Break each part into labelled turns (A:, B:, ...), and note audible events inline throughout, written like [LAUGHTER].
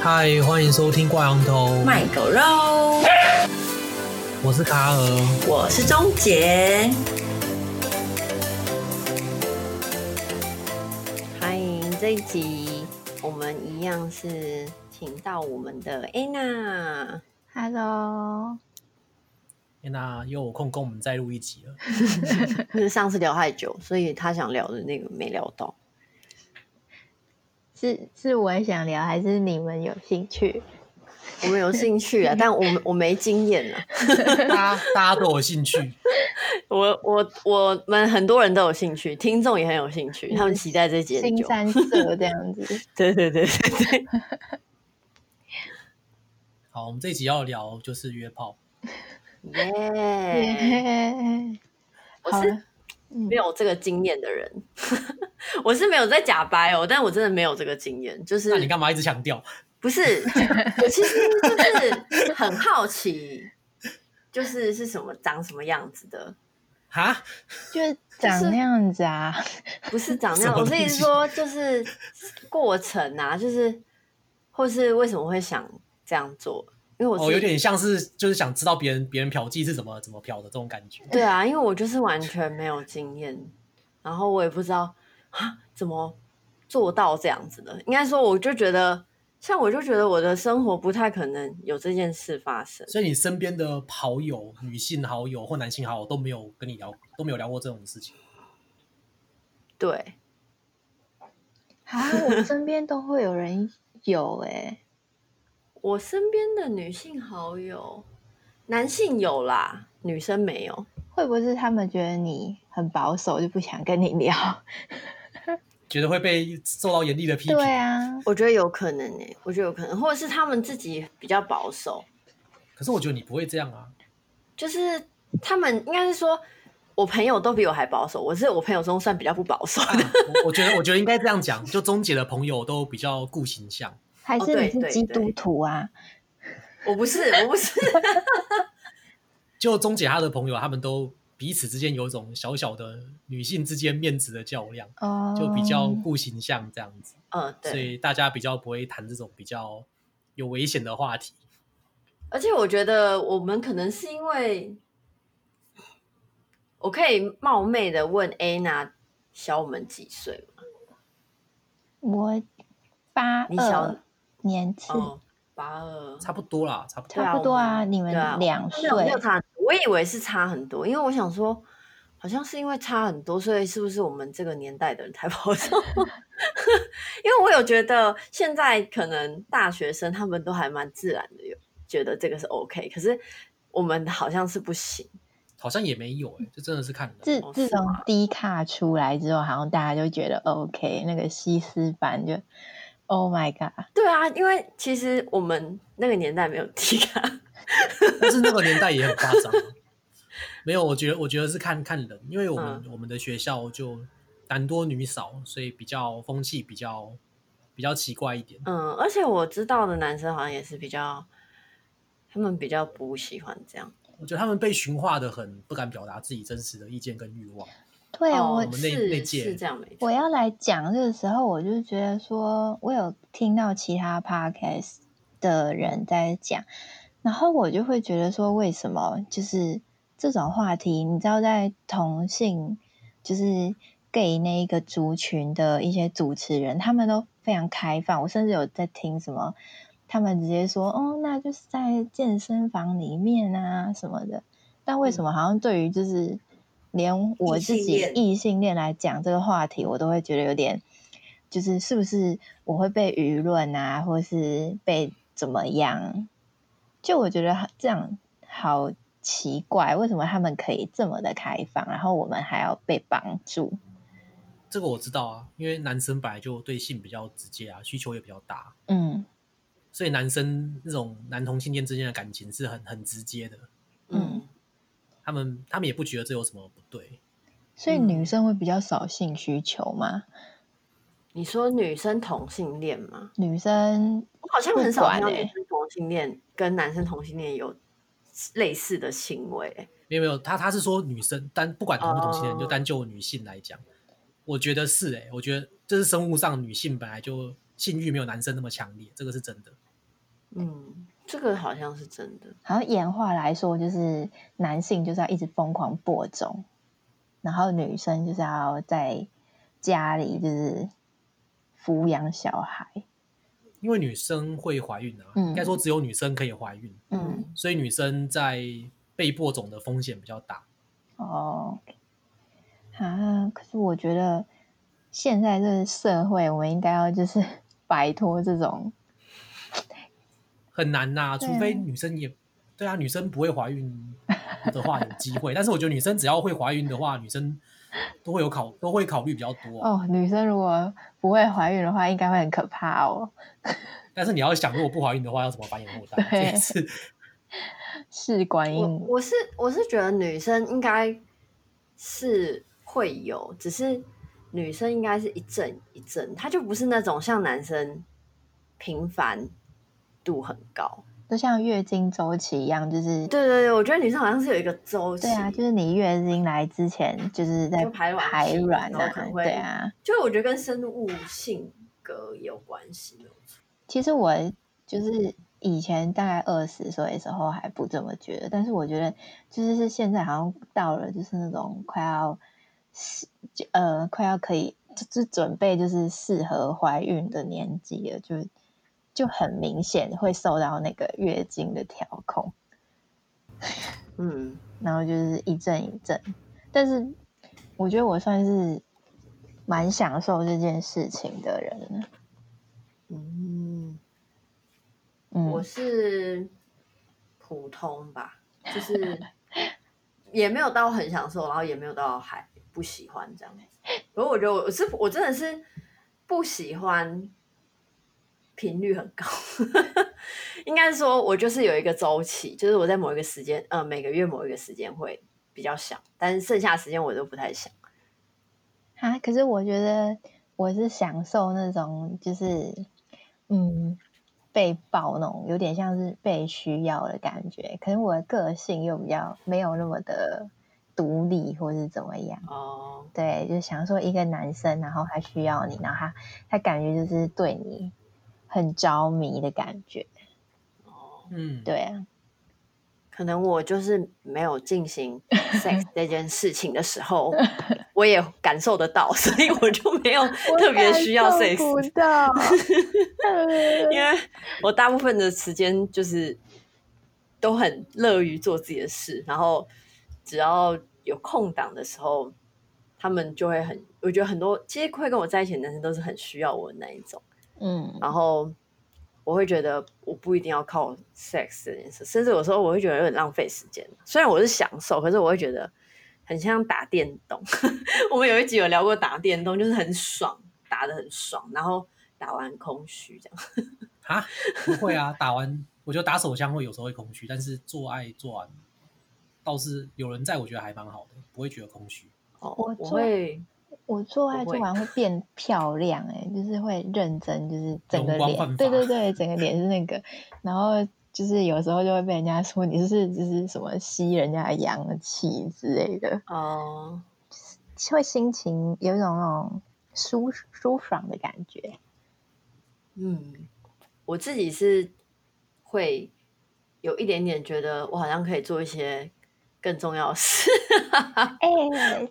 A: 嗨，欢迎收听《挂羊头》，
B: 卖狗肉，
A: 我是卡尔。
B: 我是钟杰。
C: 欢迎这一集，我们一样是请到我们的安娜。
D: Hello，
A: 哎那又有空跟我们再录一集了。
C: 就是上次聊太久，所以她想聊的那个没聊到。
D: 是是我也想聊，还是你们有兴趣？
C: 我们有兴趣 [LAUGHS] 啊，但我们我没经验 [LAUGHS] 啊。
A: 大家大家都有兴趣，
C: 我我我们很多人都有兴趣，听众也很有兴趣，他们期待这集很
D: 新
C: 久。
D: 三色这样 [LAUGHS] 子，
C: 对对对对对，
A: 好，我们这一集要聊就是约炮。
C: 耶、我
D: [LAUGHS] 好
C: 是
D: 了，嗯
C: 没，有这个经验的人， [LAUGHS] 我是没有在假掰哦，但我真的没有这个经验，就是
A: 那你干嘛一直强调？[LAUGHS]
C: 不是，我其实就是很好奇，就是是什么长什么样子的，
A: 哈，
D: 就是长那样子 [LAUGHS] 啊，
C: 不是长那
A: 什
C: 样。
A: 么
C: 我是
A: 东西
C: 说，就是过程啊，就是或是为什么会想这样做？因为我是、
A: 哦，有点像是就是想知道别人别人嫖妓是怎么怎么嫖的这种感觉。
C: 对啊，因为我就是完全没有经验，然后我也不知道啊怎么做到这样子的。应该说，我就觉得，像我就觉得我的生活不太可能有这件事发生。
A: 所以你身边的好友、女性好友或男性好友都没有跟你聊，都没有聊过这种事情。
C: 对，
D: 啊，我身边都会有人有哎，
C: 我身边的女性好友，男性有啦，女生没有。
D: 会不会是他们觉得你很保守，就不想跟你
C: [LAUGHS]
D: 聊？
A: 觉得会被受到严厉的批评，
D: [LAUGHS] 对啊，
C: 我觉得有可能诶、我觉得有可能，或者是他们自己比较保守，
A: 可是我觉得你不会这样啊，
C: 就是他们应该是说，我朋友都比我还保守，我是我朋友中算比较不保守的。
A: 我我觉得我觉得应该这样讲，就钟姐的朋友都比较顾形象，
D: 还
C: 哦
D: 是
C: 对
D: 你是
C: 对
D: 基
C: 对
D: 督徒啊？
C: [LAUGHS] 我不是，我
A: [LAUGHS]
C: 不是，
A: 就钟姐她的朋友，他们都彼此之间有一种小小的女性之间面子的较量，
D: 哦，
A: 就比较顾形象这样子，
C: 嗯，
A: 所
C: 对。
A: 以大家比较不会谈这种比较有危险的话题。
C: 而且我觉得我们可能是因为，我可以冒昧的问 Anna 小我们几岁吗？
D: 我八
C: 你小
D: 二年次，
C: 哦，八二，
A: 差不多啦，差不多。
C: 对啊
D: 差不多
C: 我
D: 啊，你们
C: 对啊
D: 两
C: 没有没
D: 岁
C: 有，差很多，我以为是差很多，因为我想说，好像是因为差很多，所以是不是我们这个年代的人太保守？ [LAUGHS] 因为我有觉得现在可能大学生他们都还蛮自然的，有觉得这个是 OK，可是我们好像是不行。
A: 好像也没有哎、这真的是看人。
D: 自
C: 哦
D: 自
C: 是
D: 从
C: 吗
D: 低卡出来之后，好像大家就觉得 OK，那个西施版就 Oh my God，
C: 对啊，因为其实我们那个年代没有 [LAUGHS] T 卡，
A: 但是那个年代也很夸张 [LAUGHS] 啊。没有，我觉得我觉得是看看人，因为我们、我们的学校就男多女少，所以比较风气比较比较奇怪一点。
C: 嗯，而且我知道的男生好像也是比较，他们比较不喜欢这样。
A: 我觉得他们被驯化的很，不敢表达自己真实的意见跟欲望。
D: 对啊，
C: 哦
D: 我
A: 们那那
C: 是
A: 届
C: 是这样没错。
D: 我要来讲这个时候，我就觉得说，我有听到其他 podcast 的人在讲，然后我就会觉得说，为什么就是这种话题，你知道，在同性就是 gay 那一个族群的一些主持人，他们都非常开放。我甚至有在听什么，他们直接说，哦，那就是在健身房里面啊什么的。但为什么好像对于就是连我
C: 嗯异性
D: 自己
C: 恋
D: 异性恋来讲这个话题，我都会觉得有点，就是是不是我会被舆论啊，或是被怎么样？就我觉得这样好奇怪，为什么他们可以这么的开放，然后我们还要被绑住？
A: 这个我知道啊，因为男生本来就对性比较直接啊，需求也比较大，
D: 嗯
A: 所以男生那种男同性恋之间的感情是很很直接的，
C: 嗯，
A: 他们他们也不觉得这有什么不对。
D: 所以
C: 嗯
D: 女生会比较少性需求嘛？
C: 你说女生同性恋吗？
D: 女生
C: 我好像很少听到
D: 不管欸
C: 女生同性恋跟男生同性恋有类似的行为欸。
A: 没有没有，他他是说女生单不管同不同性恋，
C: 哦
A: 就单就女性来讲，我觉得是诶、我觉得这是生物上女性本来就性欲没有男生那么强烈，这个是真的。
C: 嗯，这个好像是真的。
D: 好像演化来说，就是男性就是要一直疯狂播种，然后女生就是要在家里就是抚养小孩。
A: 因为女生会怀孕啊，
D: 嗯
A: 应该说只有女生可以怀孕，
D: 嗯，
A: 所以女生在被播种的风险比较大。
D: 哦，啊，可是我觉得现在这个社会，我们应该要就是 [LAUGHS] 摆脱这种，
A: 很难呐、
D: 对
A: 除
D: 啊
A: 非女生也对啊，女生不会怀孕的话有机会，但 [LAUGHS] 是我觉得女生只要会怀孕的话，女生都会有考都会考虑比较多啊、
D: 哦，女生如果不会怀孕的话，应该会很可怕哦。
A: 但是你要想，如果不怀孕的话，要怎么繁衍后代？这
D: 对
A: 也是
D: 试管
C: 我
D: 婴
C: 我是我是觉得女生应该是会有，只是女生应该是一阵一阵，她就不是那种像男生频繁度很高。
D: 就像月经周期一样，就是
C: 对对对，我觉得女生好像是有一个周期，
D: 对啊，就是你月经来之前，就是在
C: 就排卵期
D: 排卵
C: 然
D: 啊
C: 后可能，会
D: 对啊。
C: 就我觉得跟生物性格也有关系。哦
D: 其实我就是以前大概二十岁的时候还不这么觉得，但是我觉得就是是现在好像到了就是那种快要适就呃快要可以就是准备就是适合怀孕的年纪了，就就很明显会受到那个月经的调控，
C: 嗯，
D: 然后就是一阵一阵，但是我觉得我算是蛮享受这件事情的人了，
C: 嗯，
D: 嗯，
C: 我是普通吧，就是也没有到很享受，然后也没有到还不喜欢这样子。不过我觉得我是我真的是不喜欢频率很高， [LAUGHS] 应该是说我就是有一个周期，就是我在某一个时间，呃，每个月某一个时间会比较想，但是剩下的时间我都不太想。
D: 啊，可是我觉得我是享受那种，就是嗯，被暴弄，有点像是被需要的感觉。可是我的个性又比较没有那么的独立，或是怎么样。
C: 哦，
D: 对，就享受一个男生，然后他需要你，然后他他感觉就是对你很着迷的感觉。
A: 嗯，
D: 对啊，
C: 可能我就是没有进行 sex 这件事情的时候，我也感受得到， [LAUGHS] 所以我就没有特别需要 sex，
D: 不 [LAUGHS] 到，
C: 因为我大部分的时间就是都很乐于做自己的事，然后只要有空档的时候，他们就会很，我觉得很多其实会跟我在一起的男生都是很需要我的那一种。
D: 嗯，
C: 然后我会觉得我不一定要靠 sex 这件事，甚至有时候我会觉得有点浪费时间。虽然我是享受，可是我会觉得很像打电动。 [LAUGHS] 我们有一集有聊过打电动，就是很爽，打的很爽，然后打完空虚这样。
A: 啊，不会啊，打完我觉得打手枪会有时候会空虚，但是做爱做完倒是有人在，我觉得还蛮好的，不会觉得空虚。
C: 哦
D: 我
C: 我
D: 做
C: 会
D: 我做爱
C: 不
D: 做
C: 会
D: 完会变漂亮、欸，就是会认真，就是整
A: 容
D: 个
A: 光
D: 脸，
A: 焕
D: 对
A: 发
D: 对对，整个脸是那个，然后就是有时候就会被人家说你是就是什么吸人家的阳气之类的，
C: 哦、
D: 会心情有一种那种舒舒爽的感觉。
C: 嗯，我自己是会有一点点觉得我好像可以做一些更重要的事。
D: 哎、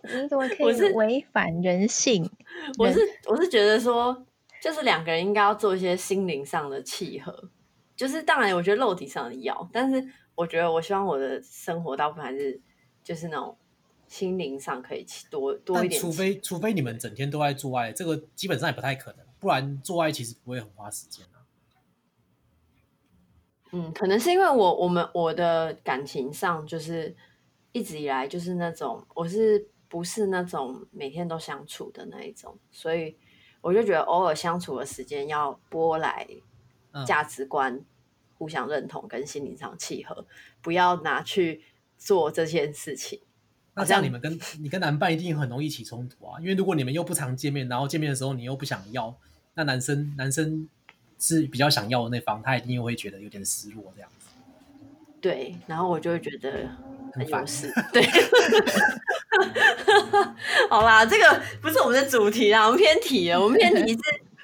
D: 你怎么可
C: 我
D: 以
C: 是
D: 违反人性？
C: 我
D: 人
C: 是我是觉得说，就是两个人应该要做一些心灵上的契合，就是当然我觉得肉体上的要，但是我觉得我希望我的生活大部分还是就是那种心灵上可以契多多一
A: 但
C: 点
A: 除
C: 契
A: 非除非你们整天都在做爱，这个基本上也不太可能，不然做爱其实不会很花时间啊。
C: 嗯，可能是因为我我们我的感情上就是一直以来就是那种我是不是那种每天都相处的那一种，所以我就觉得偶尔相处的时间要拨来
A: 嗯，
C: 价值观互相认同跟心灵上契合，不要拿去做这件事情。
A: 那这样你们跟你跟男伴一定很容易起冲突啊，因为如果你们又不常见面，然后见面的时候你又不想要，那男生男生是比较想要的那方，他一定又会觉得有点失落，这样子
C: 对，然后我就会觉得
A: 很
C: 很有
A: 烦。 [LAUGHS]
C: 事。对，好啦，这个不是我们的主题啦，我们
A: [LAUGHS]
C: 偏题了。我们偏题是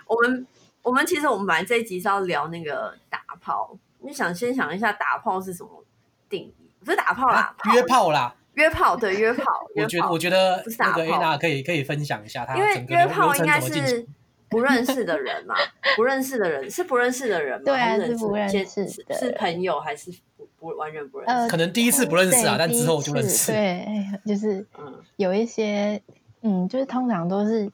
C: 我们我们其实我们本来这一集是要聊那个打炮，你想先想一下打炮是什么定义？不是打炮啦，
A: 约炮啦，
C: 约炮对约炮，约
A: 啊 [LAUGHS] 我觉得
C: 炮
A: 我觉得
C: 不是打
A: 那个
C: 炮
A: Anna 可以可以分享一下她
C: 因为
A: 整个
C: 约
A: 流
C: 炮
A: 流
C: 应
A: 程
C: 该
A: 怎么进行
C: 是。 [LAUGHS] 不认识的人嘛，不认识的人是不认识的人吗？
D: 对啊
C: 还
D: 是不认
C: 是
D: 识
C: 是
D: 的
C: 是朋友还是不不完全不认识？
D: 呃
A: 可能第一次不认识啊，
D: 对
A: 但之后
D: 第
A: 就
D: 一
A: 认
D: 次
A: 识。
D: 对，哎就是
C: 嗯
D: 有一些，嗯，就是通常都是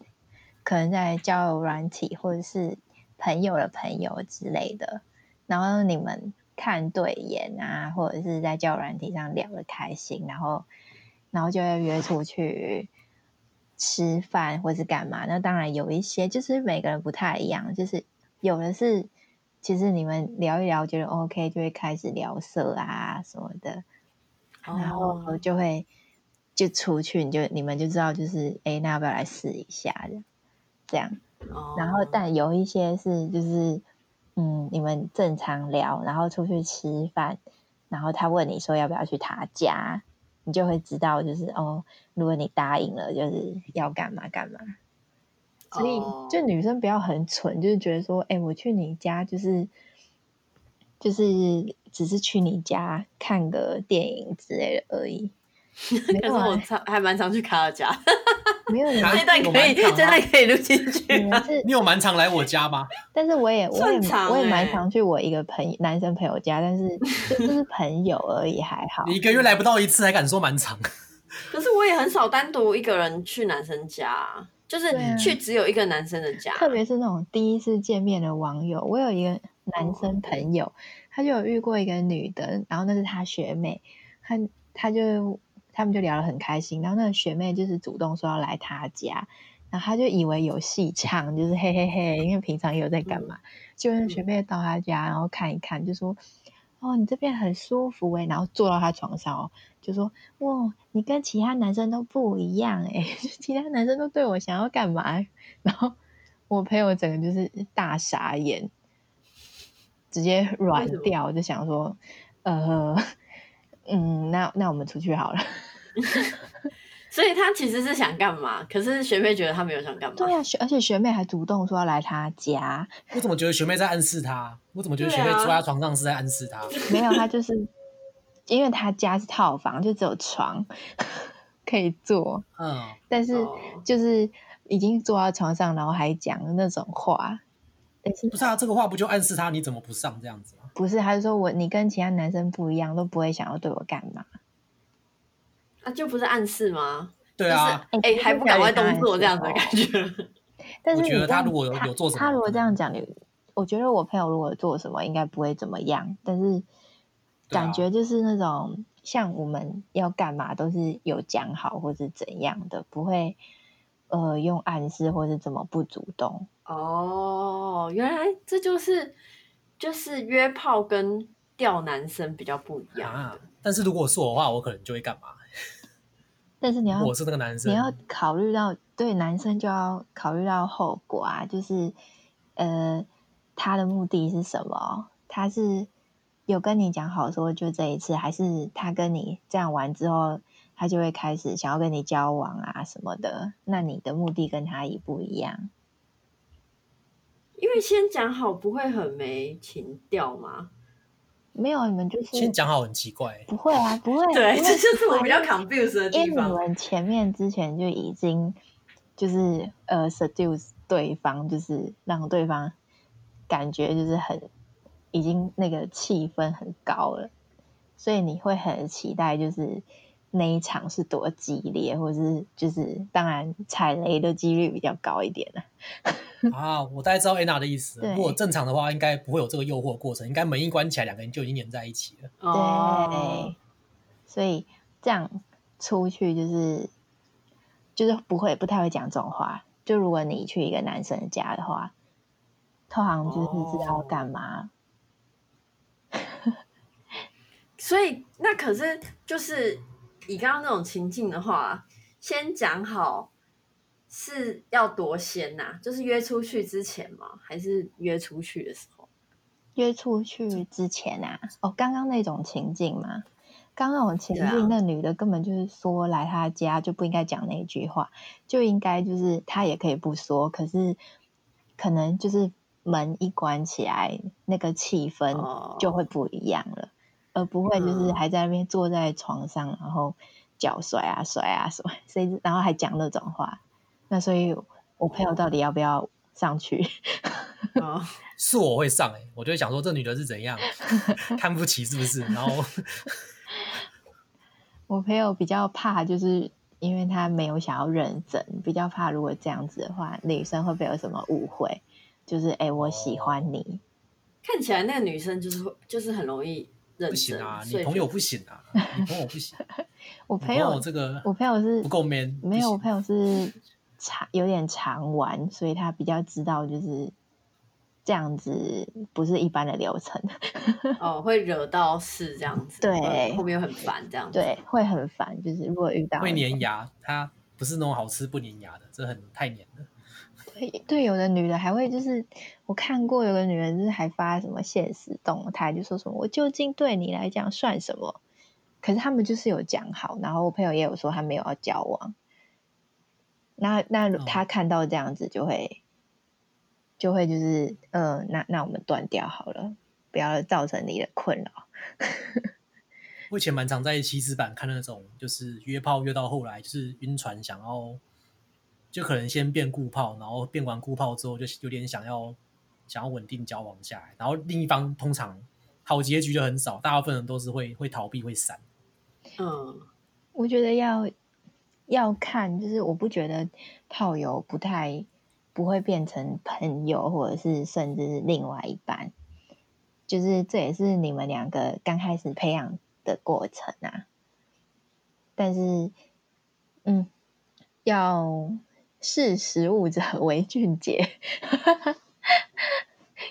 D: 可能在交友软体或者是朋友的朋友之类的，然后你们看对眼啊，或者是在交友软体上聊得开心，然后然后就会约出去吃饭或是干嘛。那当然有一些就是每个人不太一样，就是有的是。其实你们聊一聊，觉得 OK，就会开始聊色啊什么的，然后
C: 哦
D: 就会就出去，你就你们就知道，就是哎，诶那要不要来试一下这样？这样，
C: 哦
D: 然后但有一些是就是嗯，你们正常聊，然后出去吃饭，然后他问你说要不要去他家，你就会知道就是哦，如果你答应了，就是要干嘛干嘛。所以
C: 哦
D: 就女生不要很蠢，就是觉得说，哎、我去你家就是就是只是去你家看个电影之类的
C: [LAUGHS]
D: 而已。没
C: 可是
D: 有
C: 我
D: 啊，
C: 常还蛮常去卡尔家，
D: 没有你
A: 啊
D: 们
C: 这段
A: 有
C: 可
A: 蛮
C: 以，
A: 常啊
C: 这段可以录进
D: 你
C: 去。
D: 们是，
A: 你有蛮常来我家吗？
D: 但是我也我也
C: 正常
D: 我也蛮
C: 欸
D: 常去我一个朋友男生朋友家，但是就就是朋友而已，还好。
A: 你一个月来不到一次，还敢说蛮长？
C: 可是我也很少单独一个人去男生家，就是
D: 对啊
C: 去只有一个男生的家。
D: 特别是那种第一次见面的网友，我有一个男生朋友，他就有遇过一个女的，然后那是他学妹，他他就他们就聊得很开心，然后那个学妹就是主动说要来他家，然后他就以为有戏唱，就是嘿嘿嘿，因为平常有在干嘛，就那学妹到他家，然后看一看，就说。哦，你这边很舒服欸诶、然后坐到他床上哦，就说哇，你跟其他男生都不一样诶、 [LAUGHS] 其他男生都对我想要干嘛？ [LAUGHS] 然后我朋友整个就是大傻眼，直接软
C: 为什么
D: 掉，就想说，呃， [LAUGHS] 嗯，那那我们出去好了。 [LAUGHS]
C: 所以他其实是想干嘛？可是学妹觉得他没有想干嘛。
D: 对啊，学而且学妹还主动说要来他家，
A: [LAUGHS] 我怎么觉得学妹在暗示他？我怎么觉得学妹
C: 对啊
A: 坐在她床上是在暗示他？
D: 没有，他就是 [LAUGHS] 因为他家是套房，就只有床 [LAUGHS] 可以坐，
A: 嗯，
D: 但是
C: 哦
D: 就是已经坐到床上，然后还讲那种话。但是
A: 不是啊，这个话不就暗示他你怎么不上这样子吗？
D: 不是？他就说我你跟其他男生不一样，都不会想要对我干嘛。
C: 那、就不是暗示吗？
A: 对啊，
C: 就是哎、
D: 哎
C: 还不赶快动作这样子
D: 哦
C: 的感觉。
D: 但是
A: 我
D: 你
A: 觉得
D: 这
A: 他
D: 样
A: 如果有有做什么
D: 他如果
A: 可能
D: 这样讲，你我觉得我朋友如果做什么，应该不会怎么样。但是
A: 对啊
D: 感觉就是那种、像我们要干嘛都是有讲好或是怎样的，不会呃用暗示或是怎么不主动。
C: 哦，原来这就是就是约炮跟钓男生比较不一样。
A: 啊，但是如果是我的话，我可能就会干嘛？
D: 但是你要
A: 我是那个男生，
D: 你要考虑到，对男生就要考虑到后果啊，就是呃，他的目的是什么？他是有跟你讲好说就这一次，还是他跟你这样玩之后，他就会开始想要跟你交往啊什么的？那你的目的跟他一不一样？
C: 因为先讲好不会很没情调嘛。
D: 没有，你们就是
A: 先讲好很奇怪、
D: [LAUGHS] 不会啊，不会，
C: [LAUGHS] 对，
D: 因
C: 这
D: 为
C: 就是我比较 confused 的
D: 因为
C: 地
D: 你
C: 方。
D: 们前面之前就已经就是呃 seduce 对方，就是让对方感觉就是很已经那个气氛很高了，所以你会很期待就是那一场是多激烈，或是就是当然踩雷的几率比较高一点了。
A: 啊。我大概知道 Anna 的意思了。
D: 对
A: 如果正常的话，应该不会有这个诱惑过程，应该门一关起来，两个人就已经黏在一起了。
C: 哦
D: 对，，所以这样出去就是就是不会不太会讲这种话。就如果你去一个男生的家的话，通常就是知道干嘛。
C: 所以那可是就是以刚刚那种情境的话，先讲好是要多先呐、就是约出去之前吗？还是约出去的时候？
D: 约出去之前啊，哦，刚刚那种情境嘛，刚刚那种情境，
C: 对啊
D: 那女的根本就是说来她家就不应该讲那句话，就应该就是她也可以不说，可是可能就是门一关起来，那个气
C: 哦
D: 氛嗯就会不一样了，而不会就是
C: 嗯
D: 还在那边坐在床上，然后脚甩啊甩啊甩， [LAUGHS] 谁知然后还讲那种话。那所以，我朋友到底要不要上去？ [LAUGHS]
C: 哦，
A: 是我会上哎、我就会想说这女的是
D: [LAUGHS]
A: 怎样看不起是不是？然后
D: 我朋友比较怕，就是因为他没有想要认真，比较怕如果这样子的话，女生会不会有什么误会？就是哎、诶我喜欢你，
C: 看起来那个女生就是会，就是很容易认
A: 不行
C: 真。
A: 啊，
C: 所
A: 你
C: 以
A: 朋
C: 就
A: 友不行啊，你朋友不行，
D: 我
A: 你
D: [LAUGHS] 朋友，
A: 这个
D: 我朋友是
A: 不够 man，不
D: 没有，
A: 行
D: 我朋友是常有点常玩，所以他比较知道就是这样子不是一般的流程， [LAUGHS]
C: 哦会惹到事这样子，
D: 对
C: 呃后面又很烦这样子。
D: 对，会很烦。就是如果遇到
A: 会
D: 那种
A: 粘牙，它不是那种好吃不粘牙的，这很太黏了。
D: 对对，有的女的还会就是，我看过有个女人就是还发什么现实动态，就说什么我究竟对你来讲算什么？可是他们就是有讲好，然后我朋友也有说他没有要交往。那那
A: 哦
D: 他看到这样子就会，就会就是嗯、呃那那我们断掉好了，不要造成你的困扰。
A: 我以前蛮常在起子版看那种，就是约炮约到后来就是晕船，想要就可能先变固炮，然后变完固炮之后就有点想要想要稳定交往下来，然后另一方通常好结局就很少，大部分人都是会会逃避会闪。
C: 嗯，
D: 我觉得要要看，就是我不觉得炮友不太不会变成朋友，或者是甚至是另外一半，就是这也是你们两个刚开始培养的过程啊。但是，嗯，要识时务者 [LAUGHS] 为俊杰，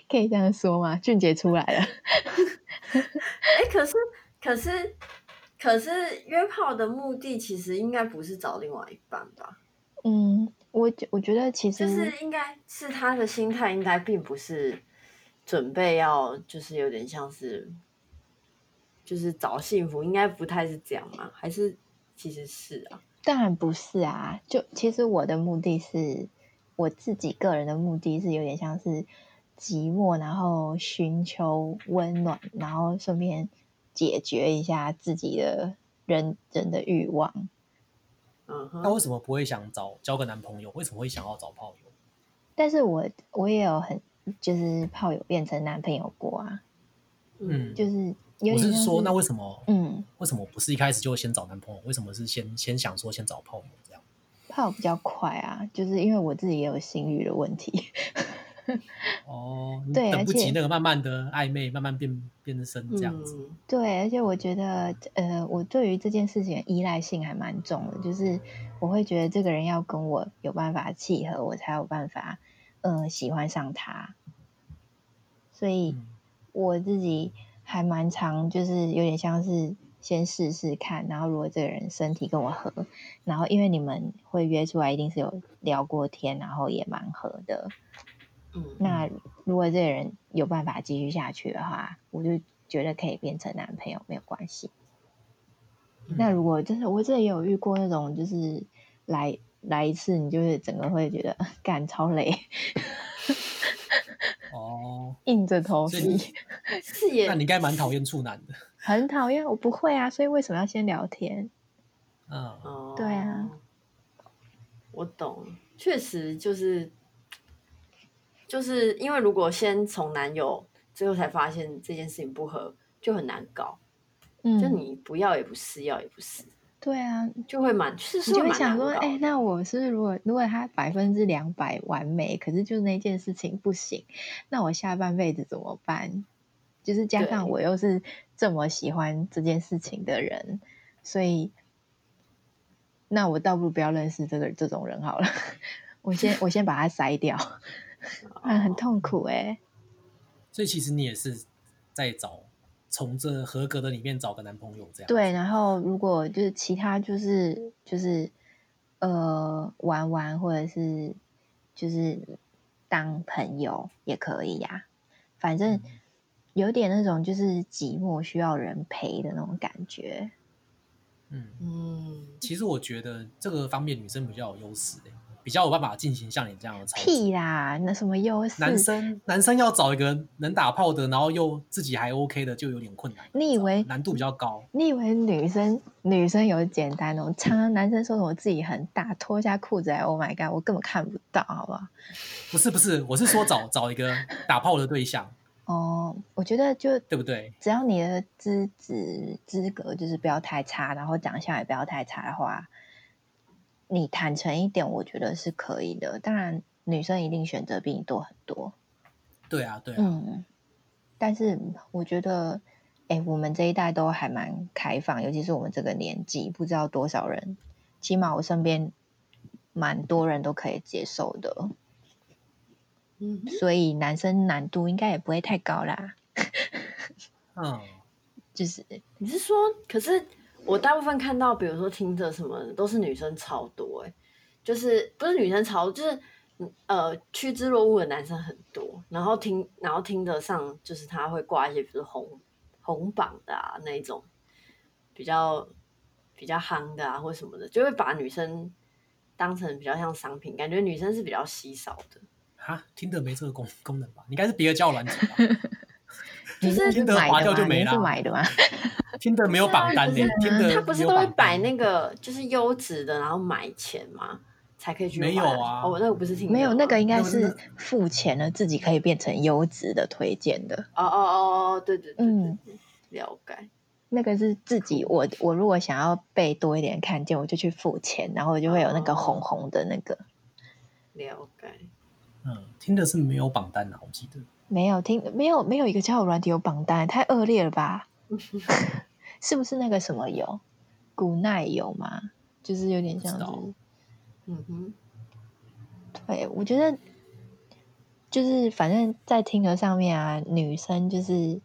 D: 可以这样说吗？俊杰出来了，
C: 哎、可是可是可是约炮的目的其实应该不是找另外一半吧？
D: 嗯，我觉我觉得其实
C: 就是应该是他的心态，应该并不是准备要，就是有点像是就是找幸福，应该不太是这样嘛？还是其实是啊？
D: 当然不是啊，就其实我的目的是，我自己个人的目的是有点像是寂寞，然后寻求温暖，然后顺便解决一下自己的人人的欲望。
C: 嗯
A: 那
C: 哼，
A: 为什么不会想找交个男朋友？为什么会想要找炮友？
D: 但是我我也有很就是炮友变成男朋友过啊，
A: 嗯，
D: 就是有
A: 我
D: 点像
A: 是说，那为什么？
D: 嗯
A: 为什么不是一开始就先找男朋友？为什么是先先想说先找炮友这样？
D: 炮比较快啊，就是因为我自己也有性欲的问题。
A: 哦，你
D: 对
A: 等不
D: 而且
A: 及那个慢慢的暧昧，慢慢变变深这样子。
C: 嗯
D: 对，而且我觉得，呃，我对于这件事情的依赖性还蛮重的，就是我会觉得这个人要跟我有办法契合，我才有办法，呃，喜欢上他。所以
A: 嗯
D: 我自己还蛮常，就是有点像是先试试看，然后如果这个人身体跟我合，然后因为你们会约出来，一定是有聊过天，然后也蛮合的，
C: 嗯，
D: 那如果这个人有办法继续下去的话，我就觉得可以变成男朋友没有关系。
A: 嗯
D: 那如果就是我这也有遇过那种，就是来来一次，你就是整个会觉得 [LAUGHS] 干超累，
A: 哦，
D: 硬着头
A: 所以
D: 皮，
C: 是也
A: 那你应该蛮讨厌处男的。
D: 很讨厌。我不会啊，所以为什么要先聊天？
A: 嗯，
C: 哦，
D: 对啊，
C: 我懂，确实就是就是因为如果先从男友，最后才发现这件事情不合，就很难搞。
D: 嗯，
C: 就你不要也不是，要也不是，
D: 对啊，
C: 就会蛮是
D: 你
C: 是
D: 就会
C: 蛮
D: 想
C: 难
D: 说，
C: 搞
D: 哎、
C: 的。哦
D: 那我是不是如果如果他百分之两百完美，可是就那件事情不行，那我下半辈子怎么办？就是加上
C: 对
D: 我又是这么喜欢这件事情的人，所以那我倒不如不要认识这个这种人好了。 [LAUGHS] 我先我先把它筛掉， [LAUGHS] 不
C: 哦
D: 然很痛苦哎、
A: 所以其实你也是在找从这合格的里面找个男朋友这样。
D: 对，，然后如果就是其他就是就是呃玩玩或者是就是当朋友也可以呀、反
A: 嗯
D: 正有点那种就是寂寞需要人陪的那种感觉。
A: 嗯，
C: 嗯，
A: 其实我觉得这个方面女生比较有优势、欸、比较有办法进行像你这样的操作。
D: 屁啦，那什么优势？
A: 男生男生要找一个能打炮的，然后又自己还 OK 的，就有点困难。
D: 你以为
A: 难度比较高？
D: 你以为女生女生有简单哦？常常男生说什么自己很大，脱下裤子来，Oh my god，我根本看不到，好不好？
A: 不是不是，我是说找找一
D: [LAUGHS]
A: 个打炮的对象，
D: 哦，我觉得就
A: 对不对？
D: 只要你的资质资格就是不要太差，然后长相也不要太差的话，你坦诚一点，我觉得是可以的。当然，女生一定选择比你多很多，
A: 对啊对啊，
D: 嗯。但是我觉得，哎，我们这一代都还蛮开放，尤其是我们这个年纪，不知道多少人，起码我身边蛮多人都可以接受的，
C: 嗯哼，
D: 所以男生难度应该也不会太高啦。
A: 嗯，
D: 就是
C: 你是说，可是我大部分看到，比如说听着什么的，都是女生超多、欸，就是不是女生超，就是嗯呃趋之若鹜的男生很多，然后听然后听得上，就是他会挂一些，比如说红红榜的啊那一种比较比较夯的啊或什么的，就会把女生当成比较像商品，感觉女生是比较稀少的。
A: 哈，听得没这个功功能吧？你应该是别的交友软件吧？
D: 你
C: 就是
D: 那是
A: 听得
D: 买
A: 划
D: 的
A: 掉就
D: 吗
A: 没
D: 你是
A: 啦
D: 买的吗？
A: 听得没有榜单的
C: 不是，嗯
A: 听得
C: 他不是
A: 没有
C: 都会
A: 榜
C: 摆
A: 单
C: 那个就是优质的，然后买钱吗？才可以去
A: 没有
C: 玩
A: 啊
C: 哦，那个不是听
D: 没有，那个应该
A: 那个
D: 是付钱了，自己可以变成优质的推荐的。
C: 哦哦哦哦，对对对对
D: 嗯，
C: 对了解。
D: 那个是自己，我我如果想要被多一点看见，我就去付钱，然后我就会有
A: 哦
D: 那个红红的那个。
C: 了解，
A: 嗯，听的是没有榜单啊，我记得。
D: 没有听，没有没有一个交友软体有榜单，太恶劣了
A: [LAUGHS]
D: 吧？是不是那个什么有古奈有吗？就是有点像
A: 不知道
D: 是，
C: 嗯哼，
D: 对我觉得就是反正在听的上面啊，女生就是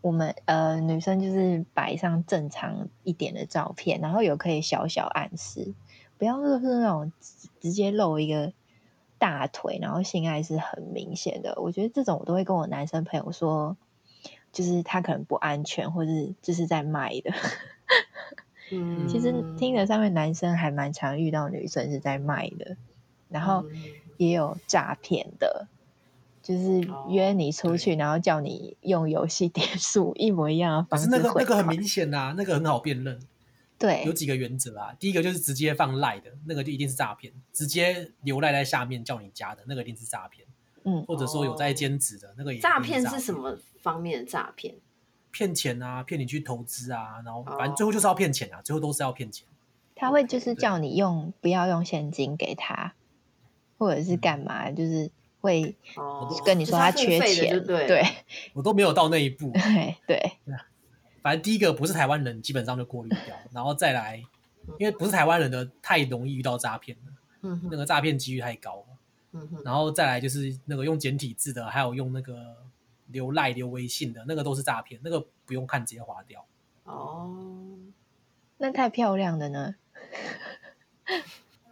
D: 我们呃，女生就是摆上正常一点的照片，然后有可以小小暗示，不要就是那种直直接露一个大腿，然后性爱是很明显的。我觉得这种我都会跟我男生朋友说，就是他可能不安全，或是就是在卖的。 [LAUGHS]
C: 嗯，
D: 其实听着上面男生还蛮常遇到女生是在卖的，然后
C: 嗯
D: 也有诈骗的，就是
C: 哦
D: 约你出去，然后叫你用游戏点数一模一样的
A: 可
D: 方
A: 是
D: 式
C: 啊
A: 那个
D: 汇
A: 那个很
D: 款
A: 明显呐、那个很好辨认，有
D: 对
A: 几个原则啊。第一个就是直接放赖的，那个就一定是诈骗；直接留赖在下面叫你加的，那个一定是诈骗。
D: 嗯
A: 或者说有在兼职的，那个也一定
C: 哦诈骗是什
A: 么？
C: 么方面的诈骗？
A: 骗钱啊，骗你去投资啊，然后
C: 哦
A: 反正最后就是要骗钱啊，最后都是要骗钱。
D: 他会就是
A: OK，对
D: 叫你用不要用现金给他，或者是干嘛，
A: 嗯
D: 就是会
C: 哦，
D: 跟你说
C: 他
D: 缺钱，
C: 对
D: 对 [LAUGHS]
A: 我都没有到那一步。
D: 对对
A: 反正第一个不是台湾人，基本上就过滤掉，然后再来，因为不是台湾人的太容易遇到诈骗了，
C: 嗯
A: 那
C: 哼，
A: 个诈骗几率太高了。
C: 嗯哼，
A: 然后再来就是那个用简体字的，还有用那个留赖留微信的，那个都是诈骗，那个不用看直接划掉。
C: 哦，
D: 那太漂亮的呢，